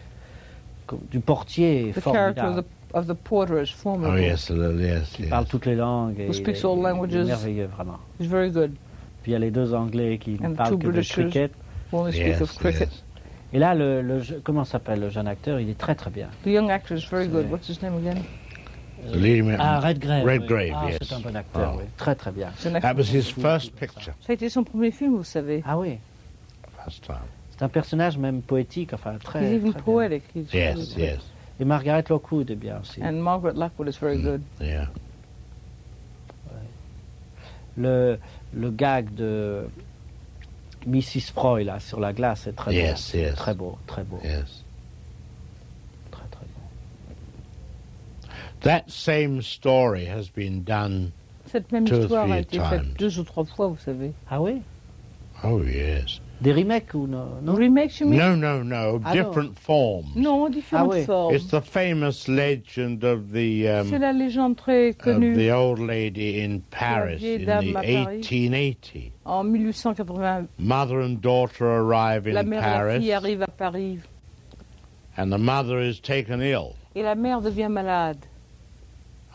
E: du portier est
D: The character of
E: formidable.
D: the, of the porter is
C: Oh,
D: formidable.
C: yes, yes,
E: Il parle
C: yes.
E: toutes les langues. Et
D: Who speaks
E: il est-
D: all
E: il est
D: languages.
E: merveilleux vraiment.
D: It's very good.
E: Puis il y a les deux Anglais qui
D: And
E: ne parlent
D: two
E: que de
D: Britishers.
E: cricket.
D: We only speak
C: Yes,
D: of cricket.
C: yes.
E: Et là, le, le je- comment s'appelle le jeune acteur Il est très très bien.
D: The young actor is very good.
E: C'est-
D: What's his name again?
C: The leading man-
E: Ah, Redgrave. oui.
C: Redgrave,
E: ah,
C: yes.
E: C'est un bon acteur,
C: Ah.
E: oui. Très très bien.
D: C'est un acteur.
C: That was his first picture,
D: Ça a été son premier film, vous savez.
E: Ah oui,
C: first time.
E: c'est un personnage même poétique, enfin très.
D: He's even
E: très bien.
D: poetic. He's
C: Yes, yes,
E: Et Margaret Lockwood est bien aussi.
D: And Margaret Lockwood is
C: Mm.
D: very good.
C: yeah.
E: Le, le gag de Mrs. Froy là sur la glace est très
C: Yes,
E: beau.
C: yes.
E: Très beau, très beau,
C: Yes.
E: très très beau.
C: That same story has been done.
D: Cette même
C: Two or
D: histoire a
C: three
D: été
C: times.
D: faite deux ou trois fois, vous savez.
E: Ah oui
C: Oh yes.
E: Des remakes ou non, non
D: Remake, you mean?
C: No, no, no.
E: Ah, no.
C: Different forms.
D: Non, différentes
E: Ah oui.
D: formes.
C: It's the famous legend of the
D: C'est
C: um,
D: la légende très
C: of
D: connue
C: the old lady in Paris in
D: vieille
C: the
D: dame à Paris.
C: 1880.
D: en 1880.
C: Mother and daughter arrive
D: La
C: in
D: mère et la fille
C: Paris,
D: arrivent à Paris
C: and the mother is taken ill
D: et la mère devient malade.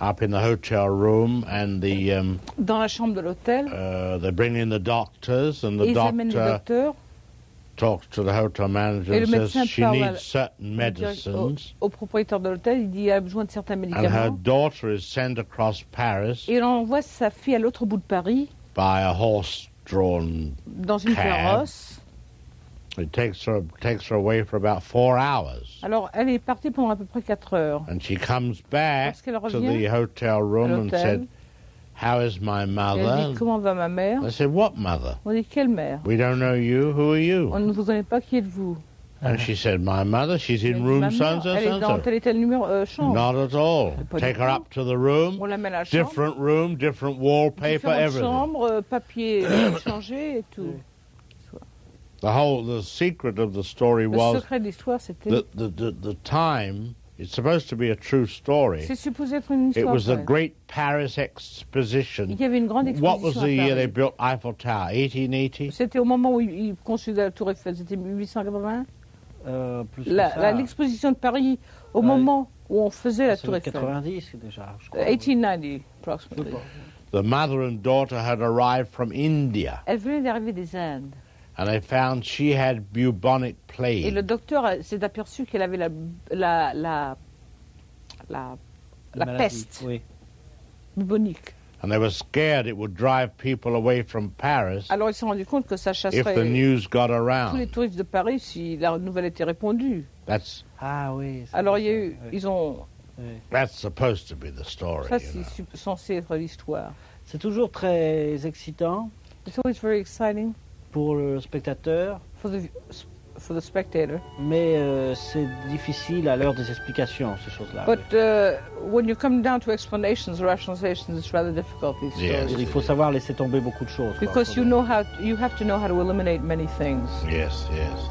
C: up in the hotel room, and the um,
D: Dans la chambre de l'hôtel,
C: uh, they bring in the doctors, and Uh, the
D: ils amènent le
C: doctor
D: docteur
C: talks to the hotel manager
D: Et
C: and
D: le médecin
C: says she
D: parle à-
C: needs certain
D: il dirige au,
C: medicines,
D: au propriétaire de l'hôtel, il dit qu'il a besoin de certains
C: and her
D: médicaments.
C: daughter is sent across Paris
D: Et il envoie sa fille à l'autre bout de Paris,
C: by a horse-drawn.
D: dans une
C: Cab.
D: carrosse.
C: It takes her takes her away for about four hours.
D: Alors, elle est partie pendant à peu près 4 heures.
C: And she comes back
D: Lorsqu'elle
C: to
D: revient
C: the hotel room
D: à
C: and
D: l'hôtel.
C: said, How is my
D: Et elle dit
C: mother?
D: Comment va ma mère
C: I said, What mother?
D: On dit Quelle mère
C: We don't know you. Who are
D: On
C: you?
D: ne vous connaît pas, qui êtes-vous
C: And she said, My mother, she's
D: Elle
C: in
D: dit, Ma
C: room so
D: mère,
C: and so,
D: Elle
C: so
D: est dans
C: and so.
D: tel et tel numéro, euh, chambre.
C: Not at all.
D: Pas du
C: Take her
D: tout.
C: up to the
D: On
C: room.
D: l'amène à la chambre.
C: Different room, different wallpaper,
D: différentes
C: everything.
D: chambres, euh, papier euh, changé et tout.
C: The whole the secret of the story
D: Le
C: was
D: secret de l'histoire, c'était.
C: that the, the, the time it's supposed to be a true story.
D: C'est supposé être une
C: It
D: histoire.
C: was the
D: vraie.
C: great Paris
D: Il
C: exposition.
D: y avait une grande
C: What was
D: exposition.
C: the
D: à
C: year they
D: Paris.
C: built Eiffel Tower? 1880?
D: C'était au moment où ils ils construisaient la Tour Eiffel, c'était 1881.
E: Euh, plus que
D: La-
E: ça.
D: la- L'exposition de Paris, au
E: Ouais.
D: moment où on faisait la
E: C'est
D: Tour
E: les
D: Eiffel.
E: 90 déjà, je crois.
D: 1890, approximately.
C: The mother and daughter had arrived from India,
D: Elle venait d'arriver des Indes.
C: and they found she had bubonic
D: Et le
C: plague.
D: docteur euh, s'est aperçu qu'elle avait la, la, la, la la
E: Maladie,
D: peste.
E: Oui.
D: bubonique.
C: And they were scared it would drive people away from Paris
D: Alors ils se sont rendus compte que Ah, ça
C: if the
D: chasserait
C: news got
D: tous les
C: around.
D: touristes de Paris si la nouvelle était répandue.
C: That's
E: Ah oui. c'est
D: Alors
E: vrai,
D: il y a eu,
E: oui.
D: ils ont,
C: that's supposed to be the story.
D: ça
C: you
D: c'est
C: know.
D: su- censé être l'histoire.
E: C'est toujours très excitant
D: It's always very exciting
E: pour le spectateur,
D: for the for the spectator.
E: mais euh, c'est difficile à l'heure des explications, ces choses-là.
D: But uh, when you come down to explanations, rationalizations, it's rather difficult these
C: Yes.
E: Il
D: stories.
E: faut savoir laisser tomber beaucoup de choses. quoi,
D: Because
E: pour
D: you
E: le-
D: know how you have to know how to eliminate many things.
C: Yes,
D: Oh
C: yes.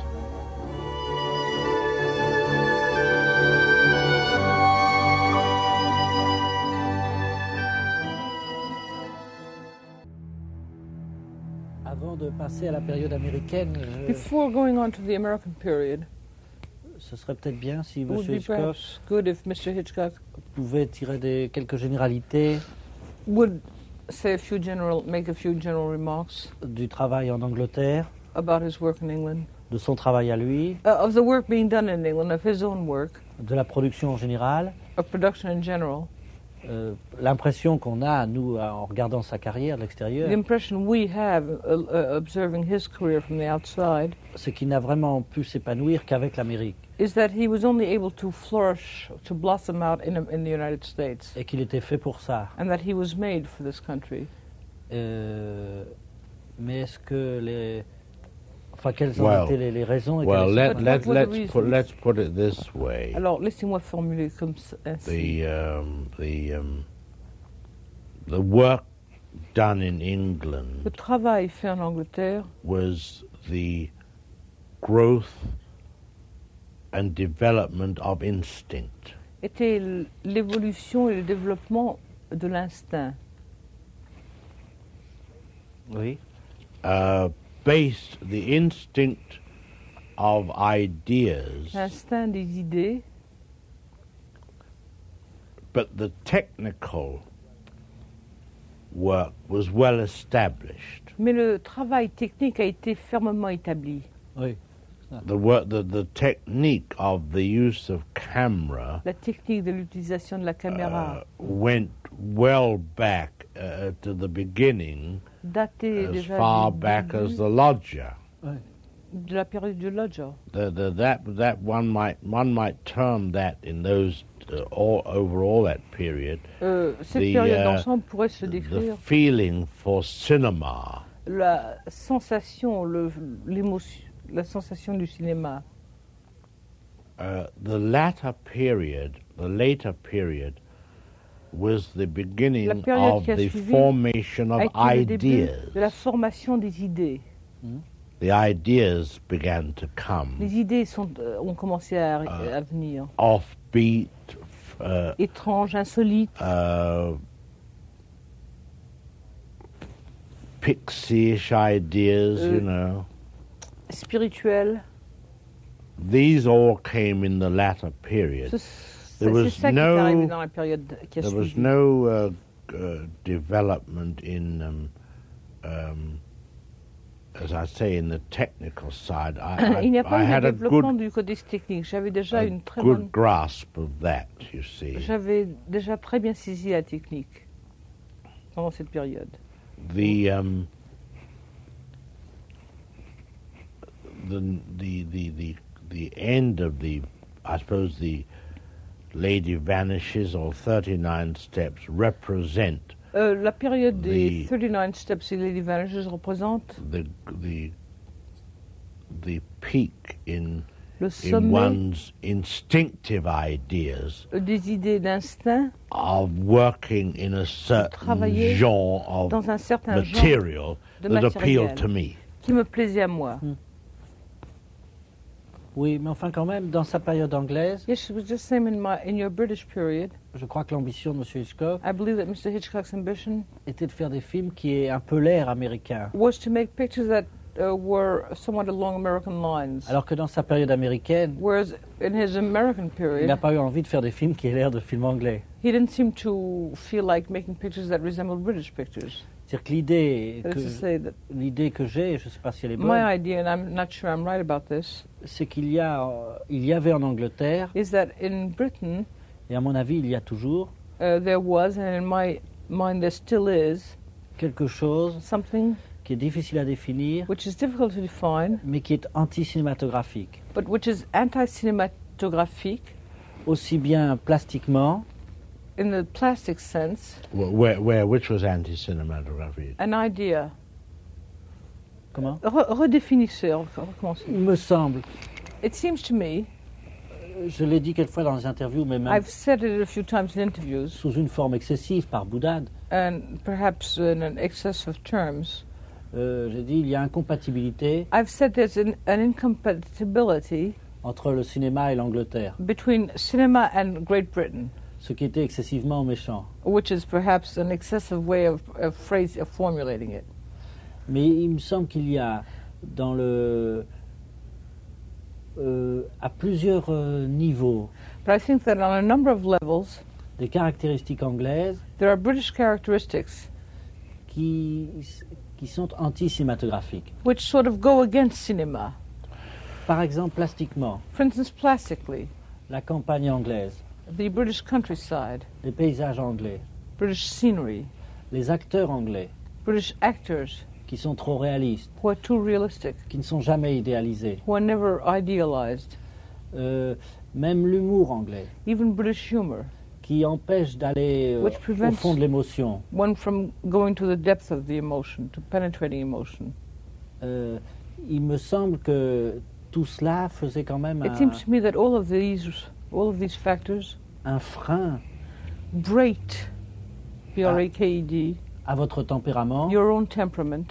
E: Avant de passer à la période américaine, je-
D: Before going on to the American period,
E: ce serait peut-être bien si M.
D: it would be
E: Hitchcock
D: perhaps good if Mr. Hitchcock
E: pouvait tirer des, quelques généralités
D: would say a few general, make a few general remarks
E: du travail en Angleterre,
D: about his work in England,
E: de de son travail à lui,
D: uh, of the work being done in England, of his own work,
E: de la production en général,
D: of production in general.
E: euh, l'impression qu'on a, nous, à- en regardant sa carrière de l'extérieur,
D: The impression we have uh, uh, observing his career from the outside
E: c'est qu'il n'a vraiment pu s'épanouir qu'avec l'Amérique
D: is that he was only able to flourish, to blossom out in, in the United States,
E: et qu'il était fait pour ça.
D: and that he was made for this country.
E: Euh, mais est-ce que les. Enfin, quelles en
C: Well,
E: étaient les, les raisons et
C: Well,
E: quelles-
C: let, let,
D: But what were the
C: let's, put,
D: reasons?
C: let's put it this way.
D: Alors, laissez-moi formuler comme ça. ainsi.
C: The, um, the, um, the work done in England
D: Le travail fait en Angleterre
C: was the growth and development of instinct.
D: était l- l'évolution et le développement de l'instinct,
E: Oui.
C: Uh, based the instinct of ideas,
D: l'instinct des idées,
C: but the technical work was well established.
D: mais le travail technique a été fermement établi.
C: The work, the, the technique of the use of camera
D: La technique de l'utilisation de la
C: uh,
D: caméra,
C: went well back uh, to the beginning,
D: datée
C: as
D: déjà
C: far
D: du-
C: back as the lodger.
D: de la période de Lodger.
C: The, the, that that one might one might term that in those uh, all over all that period
D: Euh, cette
C: The,
D: période
C: uh,
D: d'ensemble pourrait se
C: the
D: décrire
C: feeling for cinema
D: la sensation, le- l'émotion, la sensation du cinéma.
C: Uh, the latter period, the later period, was the
D: La
C: beginning
D: période
C: of
D: qui a
C: the
D: suivi
C: formation
D: a
C: of
D: été le début
C: ideas.
D: de la formation des idées.
C: The ideas began to come.
D: Les idées sont, euh, ont commencé à, à venir.
C: Offbeat, f- uh,
D: Étranges, insolites,
C: uh, pixie-ish ideas,
D: Euh.
C: you know.
D: spirituelles.
C: These all came in the latter period.
D: Ce- C'est
C: was
D: c'est ça qui
C: no-
D: est arrivé dans la période qui a
C: There was
D: suivi.
C: no uh, g- uh, development in, um, um, as I say, in the technical side. I,
D: Il n'y
C: I,
D: a
C: I
D: pas eu
C: had
D: de
C: a
D: développement
C: good,
D: du codice technique. J'avais déjà
C: a
D: une très bonne,
C: good grasp of that, you see.
D: j'avais déjà très bien saisi la technique pendant cette période.
C: The, um, the, the, the, the, the end of the, I suppose, the Lady Vanishes or 39 Steps represent
D: Euh, la période des
C: The-
D: 39 Steps et Lady Vanishes représente
C: the the the peak in
D: le
C: in
D: sommet
C: one's instinctive ideas
D: des idées d'instinct
C: of working in a certain
D: Travailler
C: genre of
D: dans un certain genre
C: material
D: de
C: that appealed
D: matériel.
C: to me.
D: qui me plaisait à moi.
E: Mm. Oui, mais enfin, quand même, dans sa période anglaise,
D: Yes, it was the same in, my, in your British period.
E: je crois que l'ambition de M. Hitchcock
D: I believe that Mr. Hitchcock's ambition
E: était de faire des films qui aient un peu l'air américain.
D: was to make pictures that uh, were somewhat along American lines.
E: Alors que dans sa période américaine,
D: Whereas in his American
E: il
D: period,
E: n'a pas eu envie de faire des films qui aient l'air de films anglais.
D: he didn't seem to feel like making pictures that resembled British pictures.
E: C'est-à-dire que l'idée
D: That is to
E: que,
D: say, that
E: l'idée que j'ai, je ne sais pas si elle est bonne,
D: my idea, and I'm not sure I'm right about this,
E: c'est qu'il y, a, euh, il y avait en Angleterre,
D: is that in Britain
E: et à mon avis il y a toujours,
D: uh, there was, and in my mind there still is,
E: quelque chose
D: something
E: qui est difficile à définir,
D: which is difficult to define,
E: mais qui est anti-cinématographique.
D: but which is anti-cinematographique
E: Aussi bien plastiquement,
D: in the plastic sense,
C: Wh- Where, where which was anti-cinematography.
D: an idea.
E: comment
D: Re- redéfinissez, recommencez.
E: Il me semble,
D: It seems to me,
E: je l'ai dit quelquefois dans les interviews, mais même
D: I've said it a few times in interviews,
E: sous une forme excessive par boudade,
D: and perhaps in an excess of terms,
E: euh, j'ai dit il y a incompatibilité
D: I've said there's an, an incompatibility
E: entre le cinéma et l'Angleterre,
D: between cinema and Great Britain,
E: ce qui était excessivement méchant.
D: which is perhaps an excessive way of, of phrase of formulating it.
E: Mais il me semble qu'il y a dans le euh, à plusieurs euh, niveaux
D: But I think that on a number of levels,
E: des caractéristiques anglaises
D: there are British characteristics
E: qui, qui sont anti-cinématographiques.
D: which sort of go against cinema.
E: Par exemple, plastiquement,
D: For instance, plastically,
E: la campagne anglaise,
D: the British countryside,
E: les paysages anglais,
D: British scenery,
E: les acteurs anglais,
D: British actors
E: qui sont trop réalistes,
D: who are too realistic,
E: qui ne sont jamais idéalisés,
D: who are never idealized,
E: Euh, même l'humour anglais,
D: even British humor,
E: qui empêche d'aller euh,
D: Which prevents-
E: au fond de l'émotion.
D: one from going to the depth of the emotion, to penetrating emotion.
E: Euh, il me semble que tout cela faisait quand même
D: It
E: un,
D: seems to me that all of these, all of these factors
E: un frein
D: grate, B-R-A-K-E-D,
E: à votre tempérament
D: your own temperament,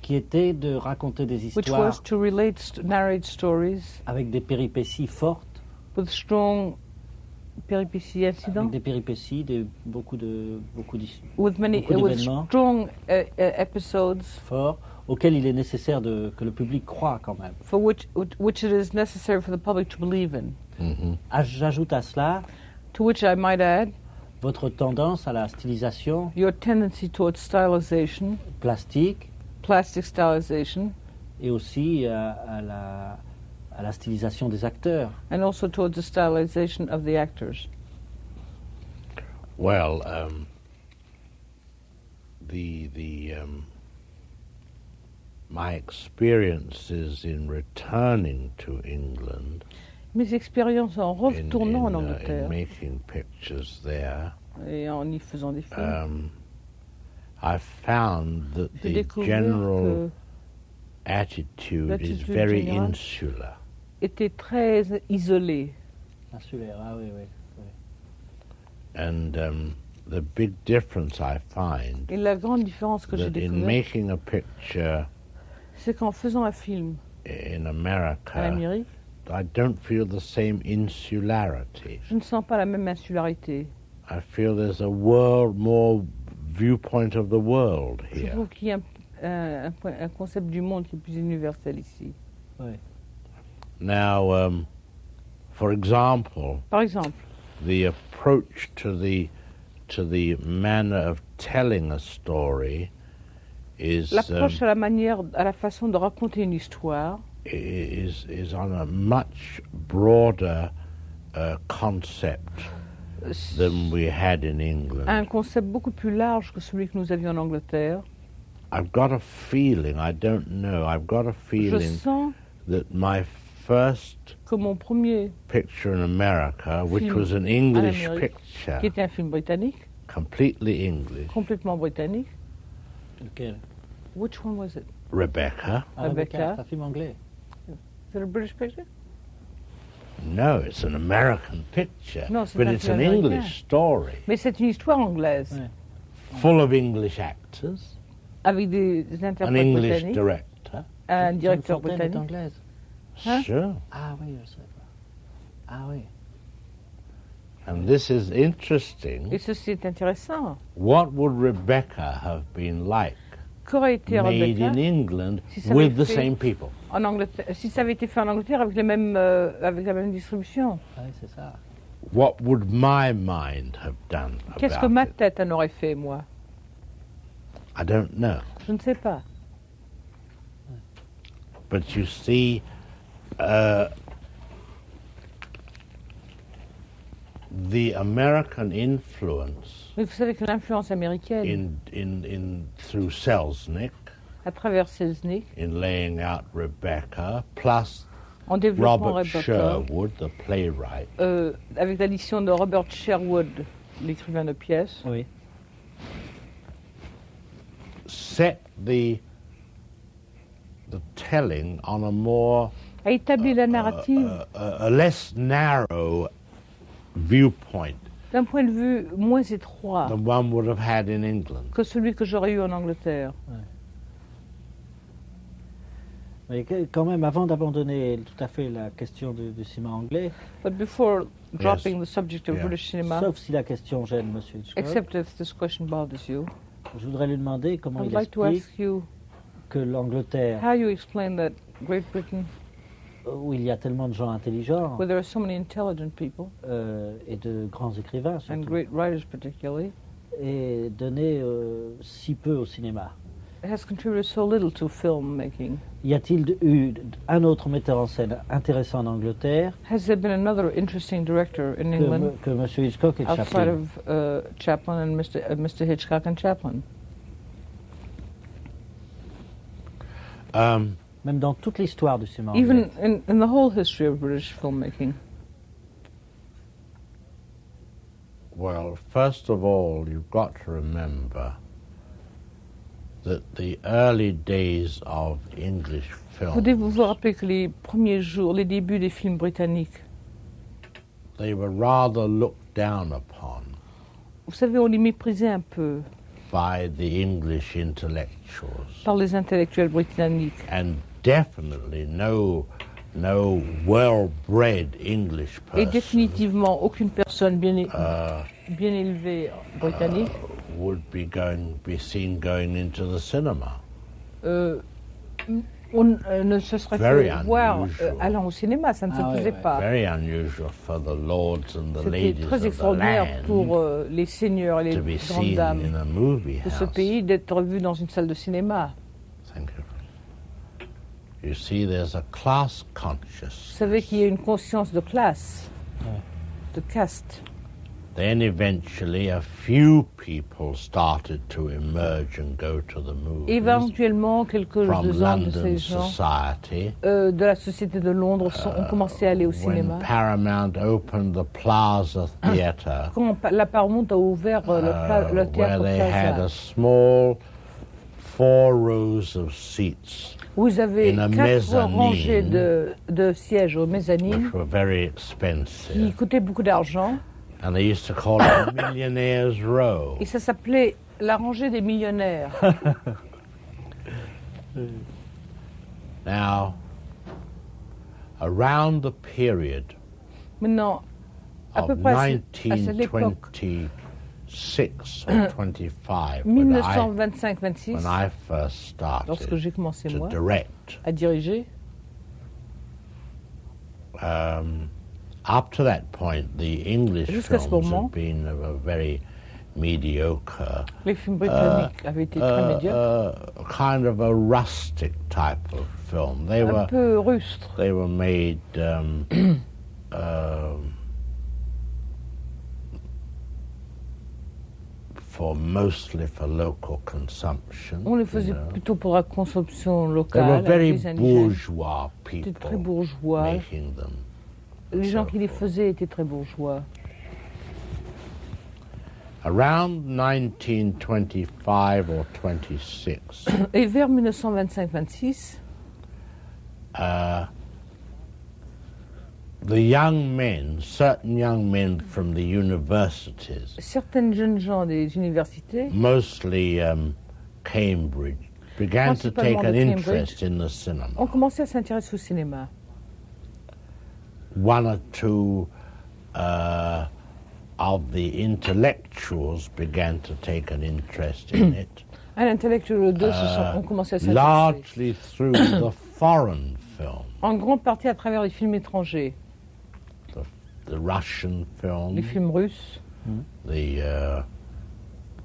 E: qui était de raconter des
D: which
E: histoires
D: was to relate, st- narrate stories
E: avec des péripéties fortes,
D: with strong peripéties
E: avec
D: incidents,
E: des péripéties, des, beaucoup de beaucoup d'histoires.
D: with many,
E: beaucoup
D: with
E: d'événements.
D: strong uh, uh, episodes
E: fort auquel il est nécessaire de, que le public croit quand même.
D: for which, which it is necessary for the public to believe in.
C: Mm-hmm.
E: Ah, J'ajoute à cela
D: To which I might add,
E: votre tendance à la stylisation
D: your tendency towards stylization,
E: plastique
D: plastic stylization,
E: et aussi euh, à, la, à la stylisation des acteurs.
D: and also towards the stylization of the actors.
C: Well, um, the the um, my experiences in returning to England,
D: Mes expériences en
C: in,
D: retournant
C: in,
D: en
C: uh, in
D: Angleterre
C: making pictures there,
D: et en y faisant des films,
C: um, I found that
D: j'ai
C: Uh, the
D: découvert
C: general
D: que
C: attitude is
D: l'attitude
C: very
D: générale-
C: insular.
D: était très isolé.
E: Insulaire, ah oui, oui.
C: And um, the big difference I find
D: Et la grande différence que j'ai
C: that in
D: découverte,
C: making a picture
D: c'est qu'en faisant un film
C: in
D: à
C: America,
D: l'Amérique,
C: I don't feel the same insularity.
D: je ne sens pas la même insularité.
C: I feel there's a world, more viewpoint of the world
D: Je
C: here.
D: trouve qu'il y a un, un- un point- un concept du monde qui est plus universel ici.
C: Now, um, for example,
D: Par exemple,
C: the approach to the to the manner of telling a story is um,
D: l'approche à la manière, à la façon de raconter une histoire
C: i- is is on a much broader uh, concept
D: euh, s-
C: than we had in England.
D: a un concept beaucoup plus large que celui que nous avions en Angleterre.
C: I've got a feeling, I don't know, I've got a
D: Je
C: feeling
D: sens
C: that my first
D: que mon premier,
C: picture in America, which
D: Film
C: was an English
D: en Amérique.
C: picture,
D: qui était un film britannique,
C: completely English,
D: complètement britannique,
E: Lequel
D: which one was it?
C: Rebecca.
E: Ah,
D: Rebecca.
E: Rebecca, c'est un film anglais.
D: Is it a British picture?
C: No, it's an American picture,
D: No, it's
C: but
D: not
C: it's an
D: American.
C: English story,
D: Mais c'est une histoire anglaise,
E: Ouais.
C: full of English actors,
D: avec des, des
C: an
D: interprètes
C: English
D: britanniques,
C: director.
D: un
E: Jane
D: directeur
E: Fontaine est
D: britannique.
E: anglaise.
D: Huh?
C: Sure.
E: Ah oui, je sais. Ah oui.
C: And this is interesting.
D: Et ceci est intéressant.
C: What would Rebecca have been like
D: Qu'aurait été
C: made
D: Rebecca
C: in England
D: Si ça avait
C: with the
D: fait-
C: same people?
D: en Angleterre, si ça avait été fait en Angleterre avec, les mêmes, euh, avec la même distribution
E: Ah oui, c'est ça.
C: What would my mind have done
D: Qu'est-ce que ma
C: about it?
D: tête en aurait fait, moi
C: I don't know.
D: Je ne sais pas.
C: But you see, uh, the American influence
D: Mais vous savez que l'influence américaine,
C: in, in, in through Selznick,
D: à travers Selznick,
C: in laying out Rebecca, plus
D: en développant
C: Robert
D: Rebecca,
C: Sherwood, the playwright,
D: euh, avec l'addition de Robert Sherwood, l'écrivain de pièces,
E: Oui.
C: set the the telling on a more
D: a établi la narrative
C: a, a less narrow viewpoint
D: d'un point de vue moins étroit
C: than one would have had in England.
D: que celui que j'aurais eu en Angleterre.
E: Mais que- quand même, avant d'abandonner tout à fait la question du, du cinéma anglais,
D: But before dropping the subject of
C: Yeah.
D: British cinema,
E: sauf si la question gêne M. Hitchcock,
D: except if this question bothers you,
E: je voudrais lui demander comment
D: I'd
E: il
D: like to
E: explique
D: ask you
E: que l'Angleterre,
D: how you explain that Great Britain,
E: où il y a tellement de gens intelligents
D: where there are so many intelligent people
E: euh, et de grands écrivains
D: and
E: surtout,
D: great writers particularly,
E: est donné euh, si peu au cinéma.
D: has contributed so little to filmmaking.
B: Y a-t-il eu un autre metteur en scène intéressant en Angleterre
D: Has there been another interesting director in
B: que,
D: England
B: M- que M. Hitchcock et
D: outside
B: Chaplin
D: of uh, Chaplin and Mr. Uh, Mr. Hitchcock and Chaplin?
C: Um,
B: Même dans toute l'histoire du
E: Oh,
B: cinéma anglais.
D: Even in, in the whole history of British filmmaking.
C: well, first of all, you've got to remember that the early days of English
D: Pouvez-vous vous
C: film,
D: rappeler que les premiers jours, les débuts des films britanniques,
C: they were rather looked down upon
D: vous savez, on les méprisait un peu
C: by the English intellectuals,
D: par les intellectuels britanniques.
C: and definitely no, no well-bred English
D: Et
C: person
D: définitivement, aucune personne bien, é- bien élevée britannique
C: would be going be seen going into the cinema.
D: euh, on, euh, ne se serait
C: Very
D: fait voir
C: unusual.
D: euh, allant au cinéma, ça ne
B: Ah
D: se
B: ouais,
D: faisait
B: ouais.
D: pas.
C: Very unusual for the lords and the
D: C'était
C: ladies
D: très
C: of the
D: extraordinaire
C: land
D: pour euh, les seigneurs et
C: to
D: les
C: be
D: grandes
C: seen in
D: dames
C: a movie
D: de
C: house.
D: ce pays d'être vus dans une salle de cinéma.
C: Thank you. You see, there's a class consciousness.
D: Vous savez qu'il y a une conscience de classe, de caste.
C: Then eventually, a few people started to emerge and go to the movies
D: Éventuellement,
C: from
D: quelques-uns de ces
C: London
D: gens
C: society.
D: euh, de la société de Londres sont- ont commencé à aller au cinéma.
C: When Paramount opened the Plaza Theatre,
D: Quand pa- la Paramount a ouvert euh, le, pla-
C: uh,
D: le
C: where
D: théâtre
C: they had a
D: Plaza,
C: small four rows of seats,
D: vous avez
C: in a
D: quatre
C: mezzanine. Bah,
D: rangées de, de sièges au
C: which
D: mezzanine
C: were very
D: qui
C: expensive.
D: coûtaient beaucoup d'argent.
C: And they used to call it Millionaire's Row.
D: Et ça s'appelait la rangée des millionnaires.
C: Now, around the period
D: Maintenant, à
C: of
D: peu près à ce- à cette époque,
C: 1926 or 25, when I, when
D: 1925-26,
C: I first
D: lorsque
C: started
D: j'ai commencé,
C: to
D: moi,
C: direct,
D: à diriger,
C: um, up to that point, the English
D: Jusqu'à ce
C: films
D: moment.
C: had been of a very mediocre,
D: les films britanniques avaient été très
C: uh,
D: médiocres,
C: uh, kind of a rustic type of film. They
D: un
C: were
D: peu rustres.
C: They were made um, um, for mostly for local consumption.
D: On les
C: you
D: faisait
C: know.
D: plutôt pour la consommation
C: They were
D: locale,
C: very
D: avec les indigènes.
C: bourgeois
D: C'était très
C: people
D: bourgeois.
C: making them.
D: Les gens qui les faisaient étaient très bourgeois.
C: Around 1925 or 26,
D: Et vers 1925-26,
C: uh, the young men, certain young men from the universities,
D: certaines jeunes gens des universités,
C: mostly um, Cambridge, began to take an
D: Principalement de Cambridge.
C: interest in the cinema.
D: ont commencé à s'intéresser au cinéma.
C: One or two uh, of the intellectuals began to take an interest in it,
D: Un intellectuel ou deux se sont- ont commencé à s'intéresser.
C: largely through the foreign film,
D: En grande partie à travers les films étrangers,
C: the Russian film,
D: les films russes.
C: the uh,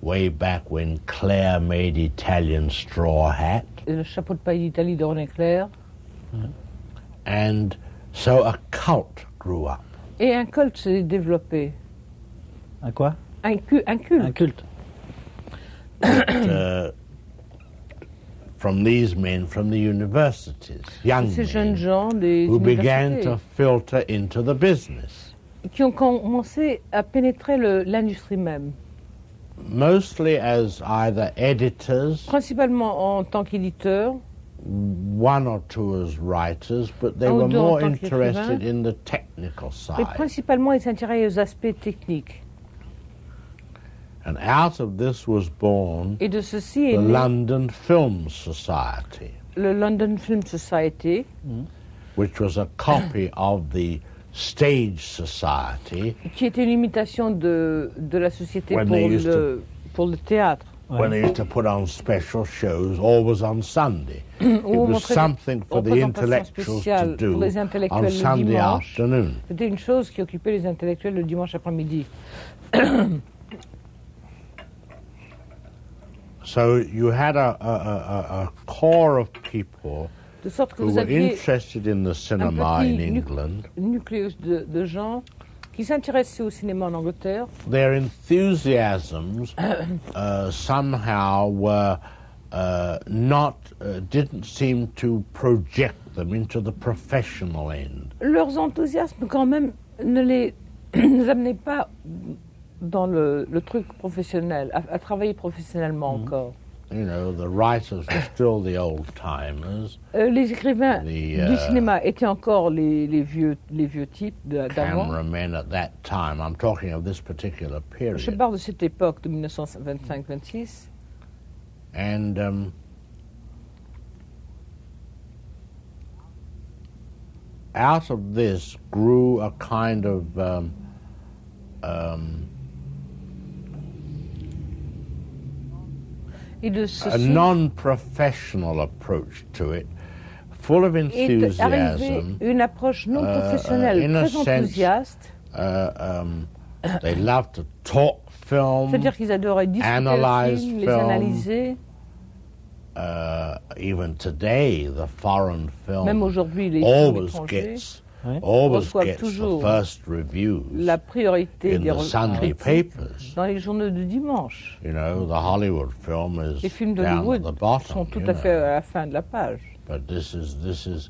C: way back when Claire made Italian Straw Hat.
D: Et le chapeau de paille d'Italie de René Clair.
C: And so a cult grew up.
D: Et un culte s'est développé.
B: Un quoi
D: Un, cu- un culte.
B: Un culte.
C: uh, from these men from the universities, young
D: Ces jeunes
C: men,
D: gens des
C: who began
D: universités
C: to filter into the business,
D: qui ont commencé à pénétrer le- l'industrie même,
C: mostly as either editors,
D: principalement en tant qu'éditeur,
C: one or two as writers, but they
D: Un ou
C: were
D: deux en
C: more
D: tant qu'écrivain.
C: interested in the technical
D: mais
C: side.
D: principalement ils s'intéressaient aux aspects techniques.
C: And out of this was born
D: Et de ceci est
C: the
D: né
C: London Film Society,
D: le London Film Society,
C: which was a copy of the Stage Society
D: qui était une imitation de, de la société pour
C: When they used
D: le, pour le théâtre.
C: when they used to put on special shows, always on Sunday.
D: Où on
C: It was
D: montrait-
C: something for the
D: représentation
C: intellectuals to
D: spéciale
C: do
D: pour les intellectuels
C: on
D: le
C: Sunday
D: dimanche.
C: afternoon.
D: C'était une chose qui occupait les intellectuels le dimanche après-midi.
C: So you had a, a, a, a core of people
D: De sorte que
C: who
D: vous
C: were
D: aviez
C: interested in the cinema
D: petit
C: in
D: nu-
C: England.
D: un nucléus de, de gens qui s'intéressaient au cinéma en Angleterre.
C: Their enthusiasms uh, somehow were uh, not, uh, didn't seem to project them into the professional end.
D: Leurs enthousiasmes, quand même, ne les, ne les amenaient pas dans le, le truc professionnel, à, à travailler
C: Mhm.
D: professionnellement encore.
C: You know, the writers were still the old timers.
D: Euh, les écrivains
C: Les,
D: du
C: euh,
D: cinéma étaient encore les, les vieux, les vieux types d'a- d'avant.
C: cameramen at that time. I'm talking of this particular
D: Je
C: period.
D: parle de cette époque de 1925-26.
C: And um, out of this grew a kind of um, um,
D: Et de ceci
C: a non-professional approach to it, full of
D: est arrivée
C: enthusiasm.
D: une approche non
C: euh,
D: professionnelle,
C: in a
D: très
C: sense,
D: enthousiaste.
C: Uh, um, they loved to talk film,
D: C'est-à-dire qu'ils adoraient discuter les
C: analyse
D: films, les
C: film.
D: analyser.
C: uh, even today, the foreign film.
D: Même aujourd'hui, les films
C: always
D: étrangers,
C: gets
E: Right.
C: always
D: Reçoivent
C: gets the
D: toujours
C: first reviews
D: la priorité
C: in
D: des Ah,
C: the
D: re-
C: Sunday
D: critiques
C: papers.
D: dans les journaux du dimanche.
C: You know, the Hollywood film is
D: Les films
C: down at the
D: d'Hollywood sont
C: bottom.
D: tout
C: you
D: à fait
C: know.
D: à la fin de la page.
C: But this is this is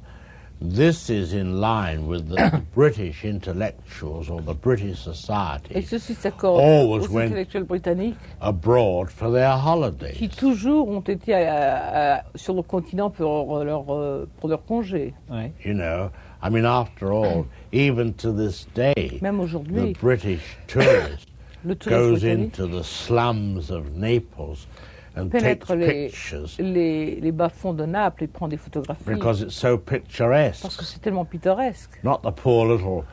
C: this is in line with the British intellectuals or the British
D: Et
C: society
D: ceci s'accorde
C: Always
D: aux
C: went-
D: intellectuels britanniques
C: abroad for their
D: qui
C: holidays.
D: toujours ont été à- à- sur le continent pour leur, euh, pour leur congé.
E: Ouais.
C: You know, I mean, after all, even to this day,
D: Même
C: the
D: aujourd'hui,
C: British tourist
D: le tourisme
C: goes
D: britannique,
C: into the slums of Naples and takes
D: Pénètre les-
C: pictures
D: les, les bas-fonds de Naples et prend des photographies
C: because it's so
D: parce que
C: picturesque.
D: c'est tellement pittoresque.
C: Not the poor little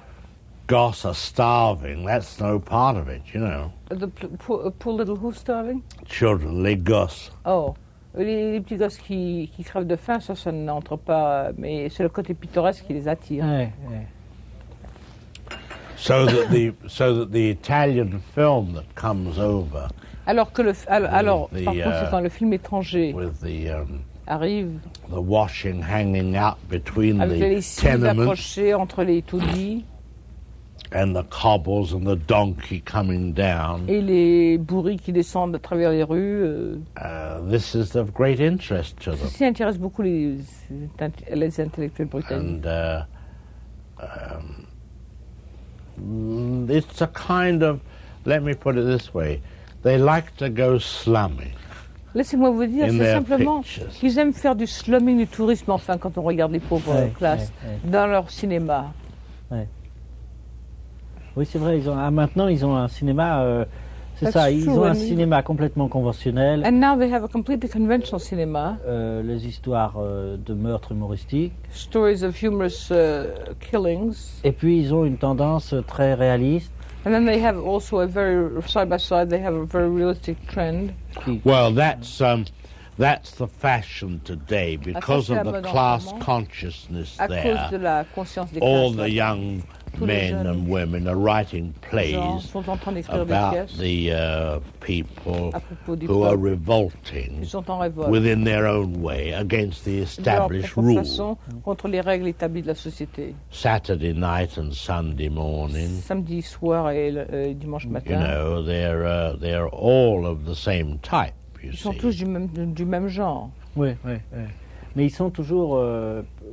C: goss are starving. That's no part of it, you know.
D: The pl- poor, uh, poor little who's starving?
C: Children, les gosses.
D: Oh, les, les petits gosses qui, qui crèvent de faim, ça, ça n'entre pas, mais c'est le côté pittoresque qui les attire.
E: Ouais, ouais.
C: So that the so that the Italian film that comes over
D: Alors que le, f- al- alors,
C: the,
D: par
C: euh,
D: conséquent, le film étranger
C: with the um,
D: arrive
C: the washing hanging out between
D: avec les
C: the
D: lessives
C: tenements
D: approchées entre les taudis
C: and the cobbles and the donkey coming down.
D: et les bourris qui descendent à travers les rues. euh,
C: Uh, this is of great interest to them.
D: Ceci intéresse beaucoup les, les intellectuels britanniques.
C: and uh, um, mm, it's a kind of let me put it this way they like to go slumming
D: Laissez-moi vous dire,
C: in
D: c'est
C: their
D: simplement
C: pictures.
D: qu'ils aiment faire du slumming du tourisme, enfin, quand on regarde les pauvres euh,
E: Ouais,
D: classes,
E: ouais,
D: dans leur cinéma.
E: Oui, c'est vrai. Ils ont, ah, maintenant, ils ont un cinéma. euh, c'est
D: That's
E: ça. Ils
D: true,
E: ont un
D: I mean.
E: cinéma complètement conventionnel.
D: And now they have a completely conventional cinema.
E: Euh, les histoires euh, de meurtres humoristiques.
D: stories of humorous uh, killings.
E: Et puis, ils ont une tendance euh, très réaliste.
D: And then they have also a very, side by side, they have a very realistic trend.
C: well that's um, that's the fashion today because
D: c'est la
C: of the
D: mode en ce
C: class
D: moment.
C: consciousness
D: À cause de
C: there
D: la conscience des
C: all the
D: classes,
C: young
D: les
C: men and
D: jeunes
C: women are writing
D: les gens
C: plays
D: sont en train d'écrire des
C: about
D: pièces
C: the uh, people
D: à propos du
C: who are
D: peuple.
C: revolting
D: Ils sont en révolte.
C: within their own way against the
D: De leur
C: established
D: propre
C: rules
D: façon, contre les règles établies de la société.
C: Saturday night and Sunday morning.
D: Samedi soir et le- euh, dimanche
C: You
D: matin.
C: know, they're uh, they're all of the same type. You
D: Ils sont tous
C: see,
D: du même, du même genre.
E: Oui, oui, oui. Mais ils sont toujours euh, euh,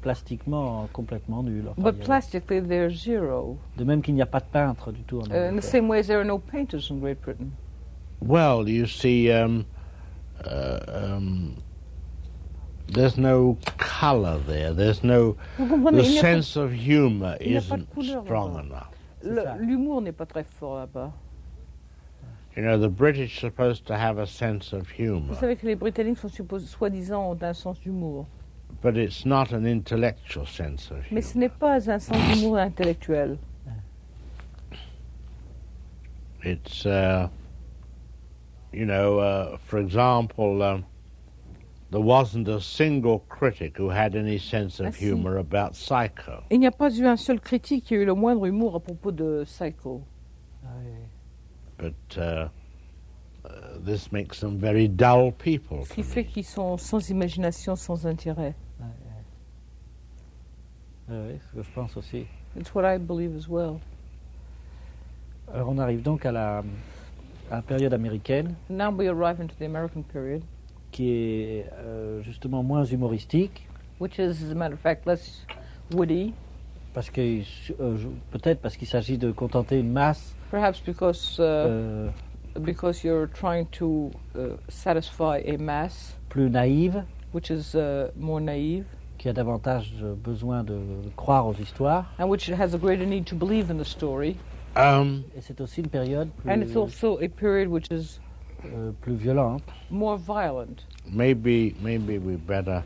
E: plastiquement euh, complètement nuls. Enfin, il
D: But
E: y a-
D: plastically, they're zero.
E: de même qu'il n'y a pas de peintre du tout. en
D: Uh, in the
E: Angleterre.
D: same way, there are no painters in Great Britain.
C: well, you see, um, uh, um, there's no color there. There's no
D: Vous
C: the
D: comprenez, il n'y a pas-
C: sense of humor
D: il n'y a pas de
C: isn't
D: couleur
C: strong
D: là-bas.
C: enough.
E: C'est ça.
D: le- l'humour n'est pas très fort là-bas.
C: You know, the British are supposed to have a sense of
D: Vous
C: humor,
D: savez que les Britanniques sont supposés, soi-disant, ont un sens d'humour.
C: but it's not an intellectual sense of
D: Mais
C: humor.
D: ce n'est pas un sens d'humour intellectuel.
C: It's, uh, you know, uh, for example, um, there wasn't a single critic who had any sense
D: I
C: of
D: see.
C: humor about Psycho.
D: Il n'y a pas eu un seul critique qui a eu le moindre humour à propos de Psycho.
E: Ah oui.
C: But uh, uh, this makes them very dull people.
D: Ce
C: to
D: qui fait
C: me.
D: qu'ils sont sans imagination, sans intérêt.
E: Oui, oui, ce que je pense aussi.
D: It's what I believe as well.
E: Alors on arrive donc à la, à la période américaine,
D: Now we arrive into the American period,
E: qui est euh, justement moins humoristique,
D: which is, as a matter of fact, less witty,
E: parce que euh, je- peut-être parce qu'il s'agit de contenter une masse
D: perhaps because uh,
E: euh,
D: because you're trying to uh, satisfy a mass
E: plus naïve,
D: which is uh, more naive
E: qui a davantage euh, besoin de croire aux histoires.
D: and which has a greater need to believe in the story.
C: Um,
E: Et c'est aussi une période plus,
D: And
C: Mm.
D: it's also a period which is
E: euh, plus violente.
D: more violent.
C: maybe, maybe we better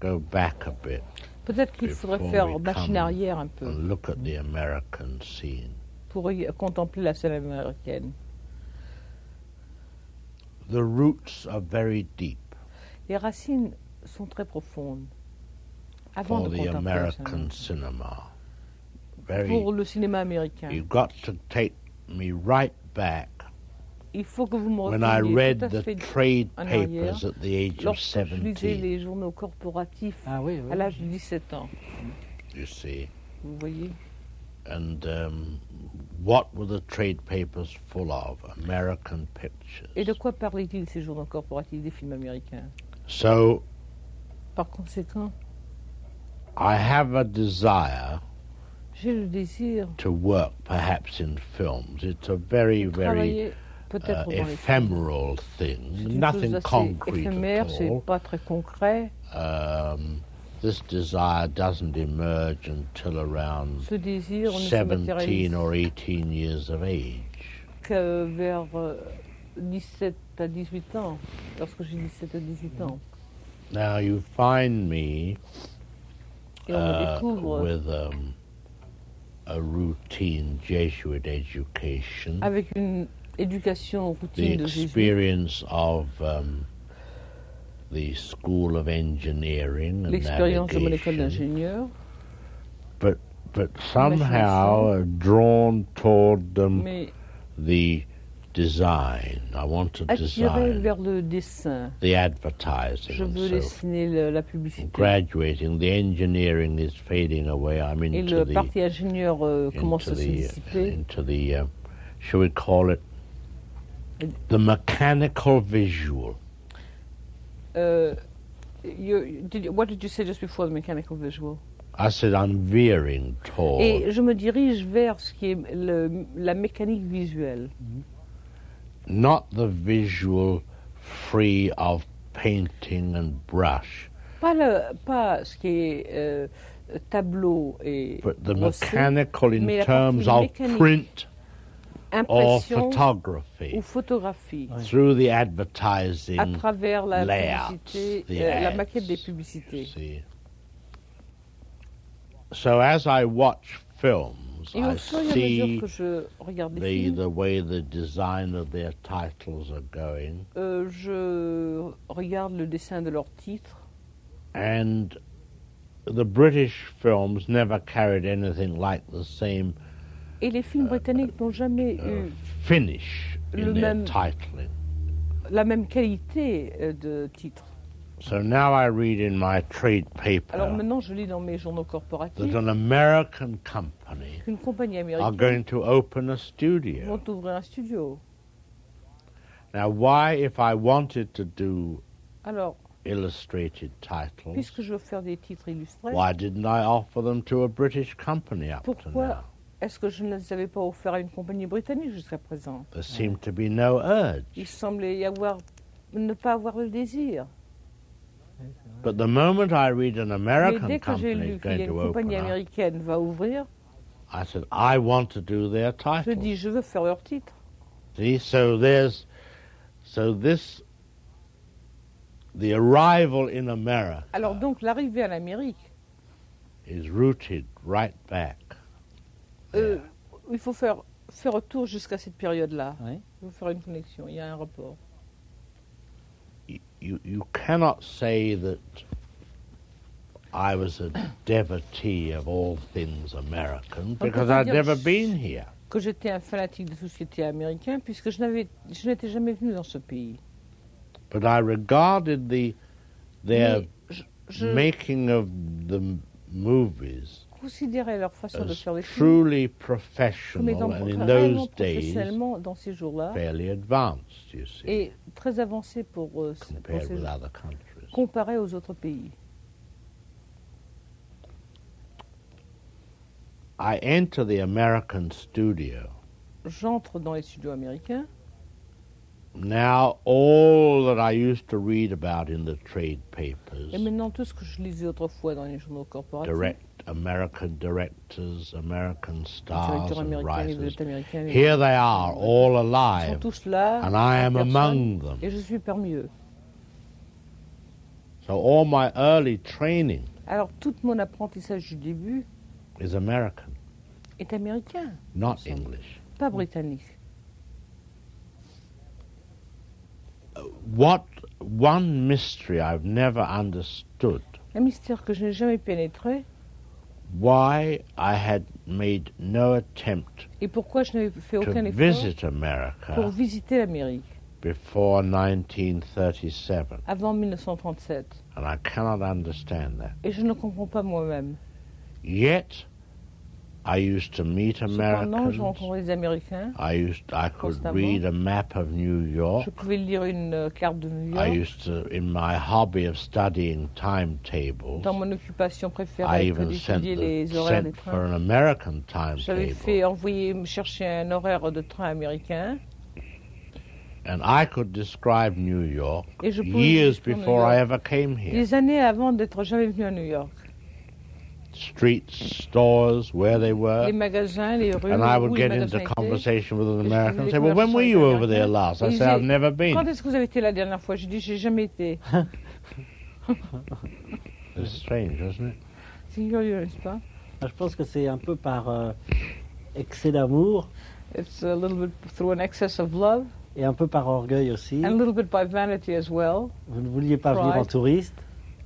C: go back a bit
D: Peut-être qu'il faudrait
C: Before
D: faire
C: we
D: machine
C: come
D: arrière un peu
C: and look at the American scene.
D: pour y contempler la scène américaine.
C: The roots are very deep
D: Les racines sont très profondes. Avant
C: for
D: de
C: the
D: contempler la scène
C: American cinema. Very.
D: Pour le cinéma américain,
C: You've got to take me right back
D: il faut que vous me
C: when I
D: reteniez
C: read
D: tout à
C: the
D: fait
C: trade
D: en
C: papers
D: arrière
C: at the age of
D: lorsque je lisais
C: 17,
D: les journaux corporatifs
E: Ah oui, oui.
D: à l'âge de 17 ans.
C: you see.
D: Vous voyez
C: And um, what were the trade papers full of? American pictures.
D: Et de quoi parlaient-ils ces journaux corporatifs des films américains
C: So
D: Par conséquent,
C: I have a desire
D: j'ai le désir
C: to work perhaps in films. It's a very, very
D: de travailler
C: uh,
D: peut-être dans les films.
C: ephemeral thing,
D: C'est une chose
C: nothing
D: assez
C: concrete
D: éphémère,
C: at
D: c'est
C: all.
D: pas très concret.
C: Um, this desire doesn't emerge until around
D: Ce désir ne se
C: 17
D: matérialise
C: or 18 years of age.
D: que vers euh, 17 à 18 ans, lorsque j'ai 17 à 18 ans.
C: Now you find me
D: Et on me
C: uh,
D: découvre
C: with um, a routine Jesuit education,
D: avec une éducation
C: the
D: routine de Jésus,
C: experience of um, the School of Engineering and
D: l'expérience de mon école
C: navigation,
D: d'ingénieur,
C: but somehow are drawn toward them
D: mais
C: the design. I want to
D: attirée
C: design
D: vers le dessin.
C: the
D: Je
C: advertising
D: veux
C: and so
D: dessiner le- la publicité.
C: graduating, the engineering is fading away. I'm
D: Et
C: into
D: le
C: the
D: parti ingénieur euh, commence
C: into
D: à se
C: the uh,
D: dissiper.
C: into the uh, shall we call it
D: It-
C: the mechanical visual.
D: Euh, you- did you- what did you say just before the mechanical visual?
C: I said I'm veering toward
D: Et je me dirige vers ce qui est le- la mécanique visuelle.
C: not the visual free of painting and brush,
D: Pas, le, pas ce qui est euh, tableau et
C: but the
D: brossé,
C: mechanical in
D: mais la
C: terms of
D: partie mécanique.
C: print or
D: impression ou
C: photography
D: photographie.
C: through the
D: À
C: advertising.
D: travers la
C: Layouts,
D: publicité,
C: the
D: euh, la
C: ads.
D: maquette des
C: you
D: publicités.
C: see. So as I watch films,
D: Et
C: I
D: au fur et à mesure
C: see
D: que je regarde des
C: the,
D: films,
C: the way the design of their titles are going,
D: euh, je regarde le dessin de leurs titres.
C: and the British films never carried anything like the same
D: Et les
C: Euh,
D: films britanniques n'ont jamais
C: uh,
D: eu
C: finish
D: Mm. le
C: in their
D: même-
C: titling.
D: la même qualité euh, de titre.
C: So now I read in my trade paper
D: Alors maintenant, je lis dans mes journaux
C: that
D: corporatifs
C: an American company
D: qu'une compagnie
C: are
D: américaine
C: going to open a studio.
D: vont ouvrir un studio.
C: Now, why, if I wanted to do
D: Alors,
C: Oh. illustrated titles,
D: puisque je veux faire des titres illustrés,
C: why didn't I offer them to a British company up to
D: pourquoi
C: now?
D: est-ce que je ne les avais pas offerts à une compagnie britannique jusqu'à présent
C: There seemed to be no urge.
D: Il semblait y avoir ne pas avoir le désir.
C: But the moment I read an
D: Mais
C: American
D: dès que
C: company
D: j'ai lu
C: is
D: qu'il y a
C: going
D: une
C: to open
D: compagnie
C: up,
D: américaine va ouvrir,
C: I said, I want to do their
D: je dis
C: title.
D: je veux faire leur titre.
C: See, so there's, so this, the arrival in America
D: Alors donc l'arrivée à l'Amérique,
C: is rooted right back.
D: euh, il faut faire faire retour jusqu'à cette période-là.
E: Oui.
D: Il faut faire une connexion. Il y a un rapport.
C: You, you cannot say that I was a devotee of all things American
D: peut
C: because
D: pas
C: I'd
D: dire
C: never
D: que-
C: been here.
D: que j'étais un fanatique de société américain puisque je n'avais, je n'étais jamais venu dans ce pays.
C: But I regarded the their
D: Mais je, je
C: making of the m- movies
D: considérais leur façon de
C: as
D: faire les films
C: truly
D: comme étant
C: professional and in
D: vraiment
C: those days
D: professionnellement dans ces jours-là
C: fairly advanced, you see,
D: et très avancée pour, euh, pour
C: compared
D: ces-
C: with other countries.
D: comparé aux autres pays.
C: I enter the American studio.
D: J'entre dans les studios américains.
C: Now all that I used to read about in the trade papers,
D: Et maintenant, tout ce que je lisais autrefois dans les journaux corporatifs,
C: direct American directors, American
D: les
C: stars
D: directeurs
C: and
D: américains, les
C: writers,
D: vedettes américaines, les-
C: here they are, all
D: ils sont
C: alive,
D: tous là,
C: and I am
D: en personne,
C: among them.
D: et je suis parmi eux.
C: So all my early training
D: Alors, tout mon apprentissage du début
C: is American,
D: est américain,
C: not
D: Awesome.
C: English.
D: pas britannique.
C: What one mystery I've never understood
D: Un mystère que je n'ai jamais pénétré,
C: why I had made no attempt
D: et pourquoi je n'avais fait aucun
C: to
D: effort
C: visit
D: pour
C: America
D: visiter l'Amérique
C: before 1937,
D: avant 1937.
C: and I cannot understand that.
D: Et je ne comprends pas moi-même.
C: Yet, I used to meet
D: Cependant, je
C: Americans.
D: rencontrais des Américains,
C: I used I could
D: Constamment.
C: read a map of New York.
D: je pouvais lire une euh, carte de New
C: Oh. I
D: York.
C: used to, in my hobby of studying timetables,
D: Dans mon occupation
C: I
D: préférée, que
C: even sent,
D: d'étudier
C: the,
D: les horaires des
C: sent for an
D: trains.
C: American
D: J'avais fait
C: timetable,
D: envoyer me chercher un horaire de train américain
C: and I could describe New York
D: et je pouvais
C: years
D: vivre dans New
C: before I
D: York.
C: ever came here.
D: des années avant d'être jamais venu à New York.
C: Streets, stores, where they were,
D: Les magasins, les rues,
C: and I
D: où
C: would
D: les
C: get into
D: magasins étaient.
C: conversation with an
D: je
C: American and
D: voulais
C: say, "Well, when
D: converser
C: were
D: avec
C: you
D: un
C: over there
D: Américain.
C: last?" I
D: Et
C: say, "I've
D: j'ai-
C: never
D: Quand
C: been."
D: est-ce que vous avez été la dernière fois J'ai dit, j'ai jamais été.
C: It's strange, isn't it?
D: C'est curieux, n'est-ce pas
B: Je pense que c'est un peu par euh, excès d'amour
D: It's a little bit through an excess of love
B: et un peu par orgueil aussi.
D: and a little bit by vanity as well.
B: Vous ne vouliez pas venir en
D: Pride.
B: touriste,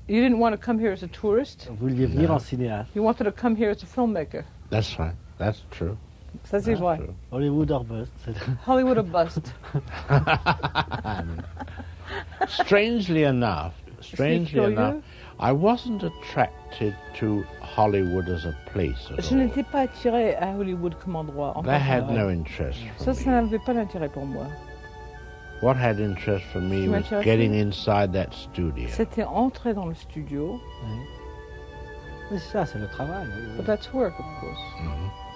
D: You didn't want to come here as a tourist.
B: vous vouliez venir
C: Non.
B: en cinéaste.
D: You wanted to come here as a filmmaker.
C: That's right. That's true.
D: Ça c'est vrai.
C: true.
B: Hollywood or bust. c'est-
D: Hollywood a bust.
C: Strangely enough, strangely
D: curieux.
C: enough, I wasn't attracted to Hollywood as a place at
D: Je
C: all.
D: n'étais pas attirée à Hollywood comme endroit. en
C: That
D: fait.
C: had no interest for
D: Ça,
C: me.
D: ça n'avait pas d'intérêt pour moi.
C: What had interest for me
D: Ce qui
C: was
D: m'intéressait,
C: getting inside that studio.
D: C'était entrer dans le studio.
B: Mais c'est ça, c'est le travail. oui, oui.
D: But that's work, of course.